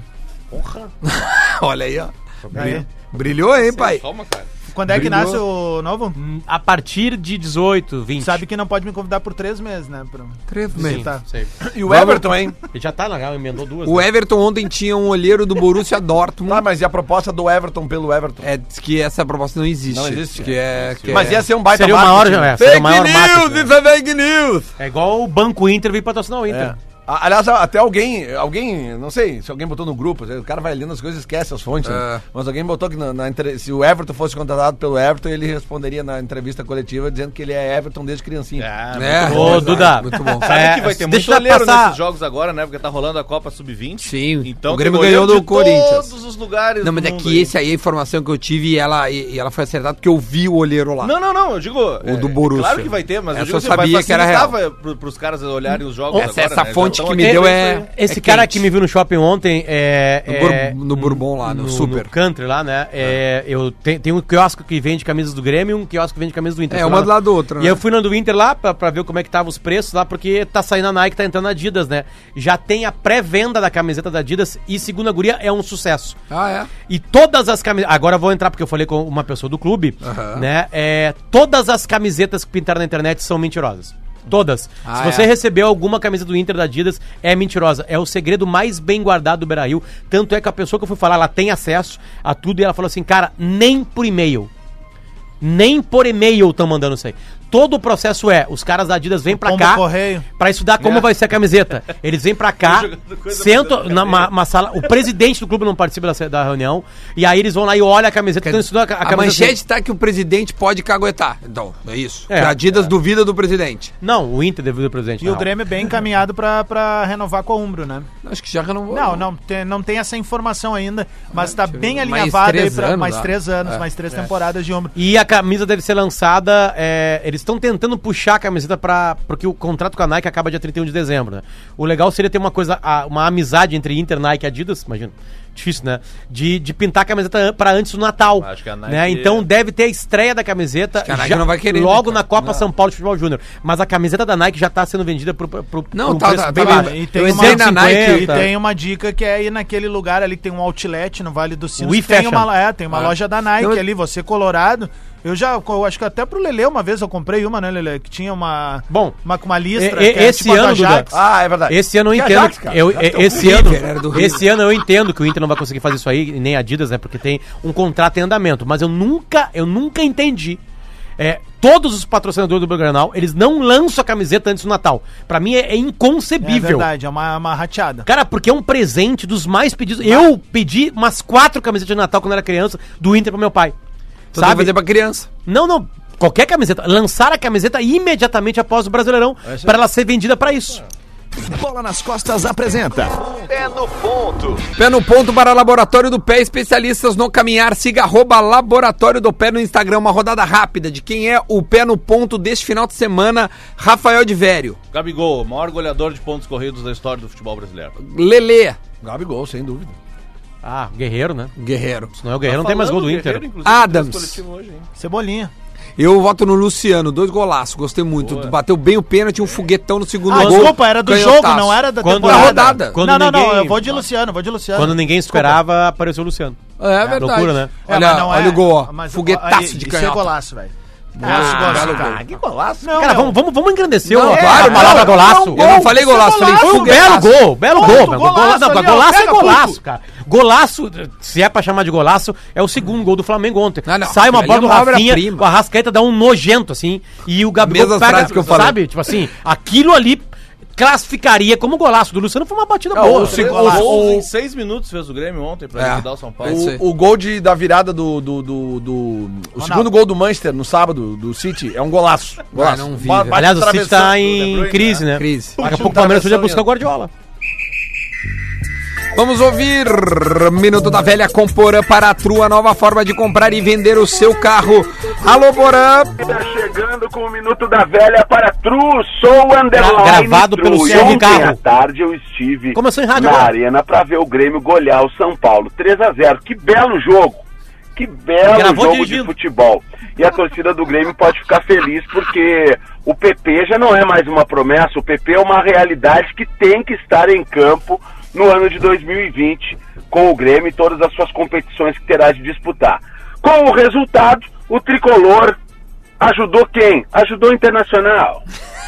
B: Ah, Olha aí, ó.
E: Aí.
B: Brilhou, hein,
H: É.
B: pai?
G: Calma, cara.
E: Quando é que nasce o novo?
B: Hum.
H: A partir de 18, 20.
E: Sabe que não pode me convidar por três meses, né? Pra...
B: Três
H: Sim,
B: meses.
E: tá.
H: sei.
C: E o Everton, hein?
H: Ele já tá, na real, emendou duas.
B: O
H: né?
B: Everton ontem tinha um olheiro do Borussia Dortmund.
C: Ah, mas e a proposta do Everton pelo Everton?
B: É, diz que essa proposta não existe.
C: Não existe,
B: Que é, que
C: Mas
B: é...
C: ia ser um baita
H: Seria o maior,
C: marketing.
H: é, seria o
B: Fake
H: maior
B: news,
H: marketing, né?
B: isso é fake news.
H: É igual o Banco Inter vir patrocinar o
B: É.
H: Inter.
C: Então. A- Aliás, a- até alguém, alguém, não sei se alguém botou no grupo, o cara vai lendo as coisas e esquece as fontes, né?
B: É.
C: mas alguém botou que na, na entre- se o Everton fosse contratado pelo Everton, ele responderia na entrevista coletiva dizendo que ele é Everton desde criancinha.
B: É,
H: Ô,
B: muito
H: Duda.
B: bom, Muito bom.
H: Sabe
G: que vai ter muito
H: deixa eu
G: olheiro
H: passar-
G: nesses jogos agora, né? Porque tá rolando a Copa Sub-20.
B: Sim,
G: Então
B: o Grêmio
G: tem
B: ganhou do
G: goleiro de
B: Corinthians.
G: todos os lugares
B: Não, mas
G: do
B: é
G: mundo
B: que
G: aí.
B: esse aí é a informação que eu tive e ela, e, e ela foi acertada porque eu vi o olheiro lá.
G: Não, não, não, eu digo... O
B: do Borussia.
G: Claro que vai ter, mas
B: Essa eu
G: assim,
B: sabia
G: vai
B: que era
G: facilitar
B: real.
G: vai- pro- pros caras olharem os jogos né? Então,
B: Essa- é essa
G: Já
B: fonte
G: tão
B: que me
G: aqui,
B: deu
G: isso
B: é-
G: aí.
H: Esse
B: é
H: cara
B: quente.
H: que me viu no shopping ontem é.
B: No
H: é-
B: Bourbon- no Bourbon lá, no Super.
H: Country lá, né? É, Eu tenho, um quiosque que vende camisas do Grêmio e um quiosque que vende camisas do Inter.
B: É,
H: Fui
B: uma
H: lá
B: do
H: no-
B: lado da outra,
H: E
B: né?
H: eu fui na do Inter lá pra, pra ver como é que tava os preços lá, porque tá saindo a Nike, tá entrando a Adidas, né? Já tem a pré-venda da camiseta da Adidas e, segundo a Guria, é um sucesso.
B: Ah, é?
H: E todas as camisetas. Agora eu vou entrar porque eu falei com uma pessoa do clube, né? É, todas as camisetas que pintaram na internet são mentirosas. Todas.
B: Ah,
H: Se você
B: é?
H: recebeu alguma camisa do Inter da Adidas, é mentirosa. É o segredo mais bem guardado do Beira Rio. Tanto é que a pessoa que eu fui falar, ela tem acesso a tudo e ela falou assim, cara, nem por e-mail. Nem por e-mail estão mandando isso aí. Todo o processo é, os caras da Adidas vêm pra
E: pombo
H: cá
E: correio. É.
H: pra estudar como vai ser a camiseta. Eles vêm pra cá, sentam na uma, uma sala, o presidente do clube não participa da, da reunião, e aí eles vão lá e olham a camiseta, estão estudando é a,
B: A,
H: camiseta.
B: manchete tá que o presidente pode caguetar. Então, é isso.
H: É.
B: Que a Adidas duvida do presidente.
H: Não, o Inter devido ao presidente.
E: E
H: na
E: o
H: real.
E: Grêmio bem encaminhado pra, pra renovar com a Umbro, né?
B: Acho que já renovou.
E: Não, não tem, não tem essa informação ainda, mas tá bem
B: mais
E: alinhavado aí
B: três
E: pra
B: anos,
E: mais
B: ó.
E: três anos,
B: É.
E: mais três temporadas de Umbro.
H: E a camisa deve ser lançada, é, eles Eles estão tentando puxar a camiseta para porque o contrato com a Nike acaba dia 31 de dezembro, né? O legal seria ter uma coisa, a- uma amizade entre Inter, Nike e Adidas, imagina. Difícil, né? De, de pintar a camiseta para antes do Natal.
G: Acho que a
H: né?
G: Nike-
H: Então deve ter a estreia da camiseta
B: que a Nike não vai querer, né,
H: logo
B: cara?
H: na Copa São Paulo de Futebol Júnior. Mas a camiseta da Nike já tá sendo vendida pro, pro, pro
B: Não,
H: por um
B: tá- tá-
H: bem
B: tá-
H: baixo.
E: Ah, E tem uma-
H: Eu entrei na
B: e
H: Nike tá.
E: E tem uma dica que é ir naquele lugar ali que tem um outlet no Vale do Sinos.
H: We
E: que Tem
H: Fashion.
E: uma, é, tem uma loja da Nike
B: Então,
E: ali, você colorado. Eu já, eu acho que até pro Lele uma vez eu comprei uma, né, Lele? Que tinha uma.
H: Bom,
E: uma com uma listra.
H: e- e-
E: que é
H: esse
E: a da
H: ano, Duda,
E: Jax.
C: Ah, é verdade.
H: Esse ano eu
C: Que é
H: entendo.
C: Ajax, cara.
H: eu,
C: Ajax
H: e- esse, ano,
B: River, era do River.
H: esse ano eu entendo que o Inter não vai conseguir fazer isso aí, e nem a Adidas, né? Porque tem um contrato em andamento. Mas eu nunca, eu nunca entendi. É, todos os patrocinadores do Belgranal, eles não lançam a camiseta antes do Natal. Pra mim é, é
E: É
H: inconcebível.
E: verdade, é uma, uma rateada.
H: Cara, porque é um presente dos mais pedidos. Eu pedi umas quatro camisetas de Natal quando era criança do Inter pro meu pai.
B: Então tem que fazer pra criança.
H: Não, não. Qualquer camiseta. Lançar a camiseta imediatamente após o Brasileirão pra ela ser vendida pra isso.
A: Bola nas costas apresenta.
B: Pé no ponto para Laboratório do Pé, especialistas no caminhar. Siga arroba Laboratório do Pé no Instagram. Uma rodada rápida de quem é o pé no ponto deste final de semana. Rafael de Vério,
G: é Gabigol, maior goleador de pontos corridos da história do futebol brasileiro.
B: Lele,
C: Gabigol, sem dúvida.
H: Ah, Guerreiro, né?
B: Guerreiro.
H: Senão o
E: Tá
H: Guerreiro não tem mais gol do Inter.
B: Adams.
E: Cebolinha.
B: Eu voto no Luciano, dois golaços, gostei muito. Bateu bem o pênalti, um foguetão no segundo
E: Ah,
B: gol.
E: desculpa, era do
B: canhotaço.
E: jogo, não era da
H: Quando-
E: temporada.
B: Da rodada.
H: Quando
E: não, não, não,
H: ninguém-
E: eu vou de Luciano, vou de Luciano.
H: Quando ninguém esperava, apareceu o Luciano.
B: É verdade.
H: Loucura, né?
E: É,
B: Olha,
E: mas não
B: olha
E: é.
B: o gol, ó.
E: Mas-
B: Foguetaço
E: aí,
B: de
E: isso é
B: canhota.
E: golaço, velho.
B: Ah, belo gol. é
C: que golaço.
E: Não, é um-
H: Cara,
E: meu,
H: vamos, vamos, vamos engrandecer
B: Não,
H: o-
B: é,
H: a
B: não,
H: palavra
B: não,
H: golaço.
B: Eu não falei golaço, falei
H: Foi um belo
B: foguetaço.
H: gol, belo gol,
E: Ponto,
H: meu.
E: golaço
H: Golaço, não,
E: ali, ó,
H: golaço é
E: pega,
H: golaço, cara. Golaço, se é pra chamar de golaço, é o segundo gol do Flamengo ontem.
B: Não, não,
H: Sai uma
B: ali
H: bola
B: é
H: do
B: uma
H: Rafinha,
B: obra-prima.
H: o Arrascaeta dá um nojento, assim, e o Gabriel
B: Duas das frases que eu falei.
H: sabe? Tipo assim, aquilo ali classificaria como golaço do Luciano, foi uma batida boa.
C: o
H: né?
C: segundo-
G: Gols
C: o-
G: em seis minutos fez o Grêmio ontem pra
B: É.
G: liquidar o São Paulo.
B: É isso aí.
C: O, o gol de, da virada do. do, do, do- o segundo gol do Manchester no sábado, do City, é um golaço. golaço.
B: não vi, né?
C: Ba-
B: velho.
C: bate
H: Aliás, o City
C: travessão
H: tá
C: do De
H: em
C: Bruyne,
H: crise, né?
B: Crise.
H: Daqui a
C: Último
H: pouco o Palmeiras podia
C: travessão
H: buscar o Guardiola.
B: Vamos ouvir Minuto da Velha com Porã para a Trua, nova forma de comprar e vender o seu carro. Alô, Porã!
J: Tá chegando com o Minuto da Velha para Tru, sou underline.
H: Gra- gravado pelo
J: Tru. E
H: Sérgio
J: ontem
H: Carro.
J: à tarde eu estive
H: Começou em rádio
J: na
H: agora.
J: arena para ver o Grêmio golear o São Paulo. 3 a 0 Que belo jogo. Que belo
H: Gravou
J: jogo
H: dirigindo.
J: de futebol. E a torcida do Grêmio pode ficar feliz porque o PP já não é mais uma promessa, o PP é uma realidade que tem que estar em campo no ano de 2020 com o Grêmio e todas as suas competições que terá de disputar. Com o resultado, o tricolor Ajudou quem? Ajudou o Internacional.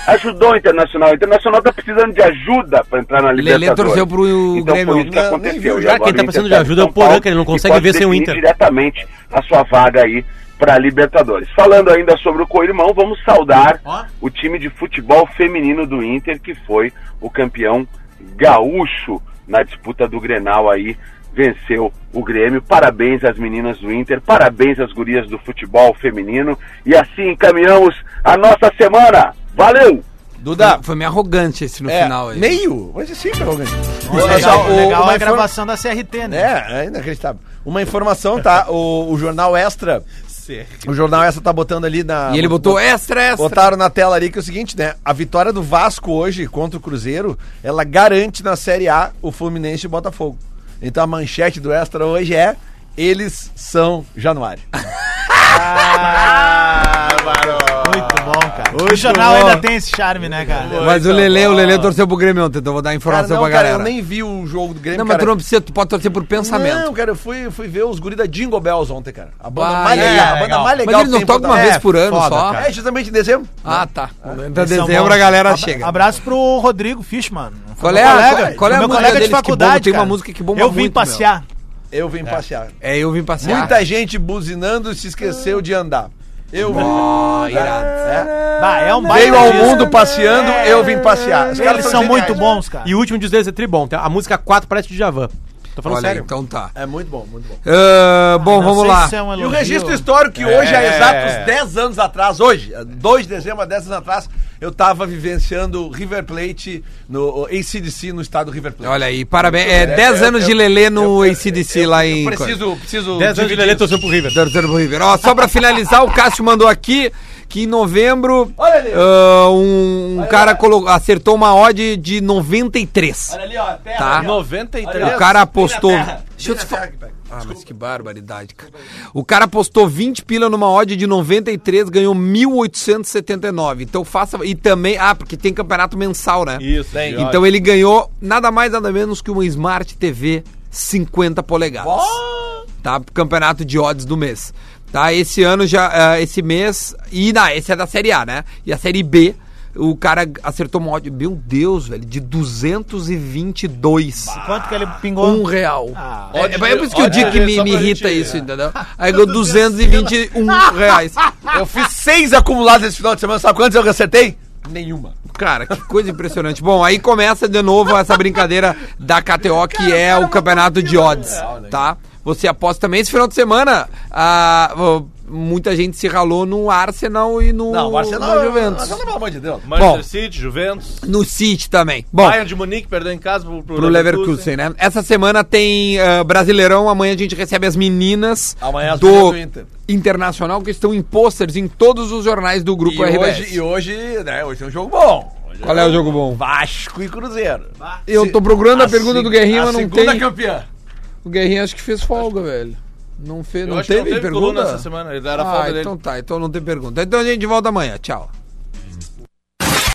J: Ajudou o Internacional. O Internacional tá precisando de ajuda para entrar na Libertadores.
B: torceu pro
J: então,
B: Grêmio.
J: Foi isso que
B: Não,
H: nem viu.
J: aconteceu. E
H: Cara,
J: agora
H: quem tá
J: o Inter
H: precisando de
J: tá em
H: ajuda é
J: São
H: o Porã,
J: Paulo
H: que ele não
J: e
H: consegue
J: pode
H: ver sem o
J: definir
H: Inter.
J: diretamente a sua vaga aí para Libertadores. Falando ainda sobre o Coirmão, vamos saudar o time de futebol feminino do Inter, que foi o campeão gaúcho na disputa do Grenal aí. Venceu o Grêmio. Parabéns às meninas do Inter, parabéns às gurias do futebol feminino. E assim encaminhamos a nossa semana. Valeu!
C: Duda,
B: Foi meio arrogante esse no
C: é,
B: final aí.
C: meio? Mas é sempre arrogante. Olha
E: legal,
C: só, o-
E: legal
C: uma
E: a
C: informa-
E: gravação da CRT, né?
C: É, é inacreditável. Uma informação, tá? O, o jornal Extra. O jornal Extra tá botando ali na.
B: E ele botou extra, extra.
C: Botaram na tela ali que é o seguinte, né? A vitória do Vasco hoje contra o Cruzeiro, ela garante na Série A o Fluminense e o Botafogo. Então a manchete do Extra hoje é eles são Januário.
E: Muito bom, cara.
C: Muito
E: o jornal
C: bom.
E: ainda tem esse charme, né, cara?
B: Mas o Lele, o Lele torceu pro Grêmio ontem, então eu vou dar
C: Cara,
B: informação
C: não,
B: pra
C: cara, eu
B: galera.
C: nem vi o jogo do Grêmio,
B: Não, mas tu
C: cara.
B: não precisa, tu pode torcer por pensamento.
C: Não, cara, eu fui, fui ver os guri da Jingle Bells ontem, cara. A banda
B: Bah,
C: mais
B: é,
C: legal.
B: é
C: a banda
B: legal.
C: mais
B: Mas
C: legal
B: eles não
C: que tem
B: tocam
C: pra-
B: uma vez
C: é,
B: por ano
C: foda,
B: só?
C: cara. É, justamente em dezembro.
B: Ah, tá. Até
E: Eles são
B: dezembro
E: bons.
B: a galera
E: Abra-
B: chega.
E: Abraço pro Rodrigo Fischmann.
B: Qual é, a- qual, qual é a música
E: meu colega de
B: deles que bomba?
E: faculdade.
B: Tem uma
E: cara.
B: música que bomba
E: Eu vim
B: muito,
E: passear.
C: Eu vim passear.
B: meu. É, eu vim passear.
C: Muita gente buzinando se esqueceu de andar. Eu vim.
B: Ó, irado.
C: É.
E: Bah, é um baita
C: Veio ao
E: disco.
C: mundo passeando, eu vim passear. Os caras
E: Eles são
C: geniais. né?
E: muito bons, cara.
H: E o último diz deles é tribom. A música 4 parece de Javan. Tô falando
B: Olha,
H: sério.
B: então tá.
C: É muito bom, muito bom.
B: Ah, bom,
E: Não
B: vamos
E: sei
B: lá.
E: se é um
C: E o
E: elogio.
C: é
B: É.
C: registro histórico que hoje, há exatos 10 anos atrás, hoje, 2 de dezembro, há 10 anos atrás, eu tava vivenciando River Plate, no o ACDC no estado River Plate.
B: Olha aí, parabéns. É 10 anos de Lelê no ACDC lá em.
C: Preciso, preciso.
H: 10 anos de
C: dividir
H: Lelê
C: isso.
H: torceu pro River.
B: Torcendo pro River. Ó, só pra finalizar, o Cássio mandou aqui que em novembro
C: Olha ali.
B: ah, um, um cara colo- acertou uma odd de 93.
C: Olha ali, ó, terra,
B: Tá.
C: ali, ó.
G: 93.
B: O cara apostou.
C: Vem na terra.
B: Deixa eu te
C: Vem na
B: falar.
C: terra que pega.
B: Ah, mas que barbaridade, cara. O cara apostou 20 pila numa odd de 93, ganhou 1.879. Então faça. E também. Ah, porque tem campeonato mensal, né?
G: Isso, tem.
B: Então ele ganhou nada mais, nada menos que uma Smart TV 50 polegadas. Tá? Campeonato de odds do mês. Tá? Esse ano já, ah, esse mês. E na, esse é da Série A, né? E a Série B, o cara acertou uma odd. Meu Deus, velho, de 222.
E: Quanto que ele pingou?
B: Um real.
E: Ah,
B: É,
G: Odd
B: é,
G: de-
B: por isso que eu
G: odd
B: digo
G: de-
B: que me,
G: só
B: me
G: pra
B: irrita
G: gente- é.
B: isso, entendeu? Aí ganhou 221 reais.
C: Eu fiz seis acumulados esse final de semana, sabe quantos eu acertei? Nenhuma.
B: Cara, que coisa impressionante. Bom, aí começa de novo essa brincadeira da KTO, que é o campeonato de odds, tá? Você aposta também. Esse final de semana, ah, ó, muita gente se ralou no Arsenal e no,
C: Não, o Arsenal
B: no
C: é
B: Juventus.
C: Arsenal, pelo amor de Deus.
G: Manchester
B: Bom.
G: City, Juventus.
B: No City também. Bom,
G: Bayern de Munique perdeu em casa pro,
B: pro Leverkusen, né? Essa semana tem ah, Brasileirão, amanhã a gente recebe as meninas
C: Amanhã as meninas
B: do
C: do Inter.
B: Internacional, que estão em posters em todos os jornais do
C: E
B: Grupo RBS.
C: hoje, e hoje, né, hoje é um jogo bom. Hoje
B: Qual é o jogo bom?
C: Vasco e Cruzeiro.
B: Eu tô procurando a pergunta
C: se-
B: do Guerrinho,
C: a
B: mas não
C: segunda
B: tem.
C: campeã.
B: O Guerrinho acho que fez folga, velho. Não fez,
G: Eu
B: não
G: acho que
B: teve,
G: não teve coluna
B: pergunta?
G: essa semana. Era a
B: ah,
G: falta dele.
B: então tá, então não tem pergunta. Então a Então gente volta amanhã. Tchau.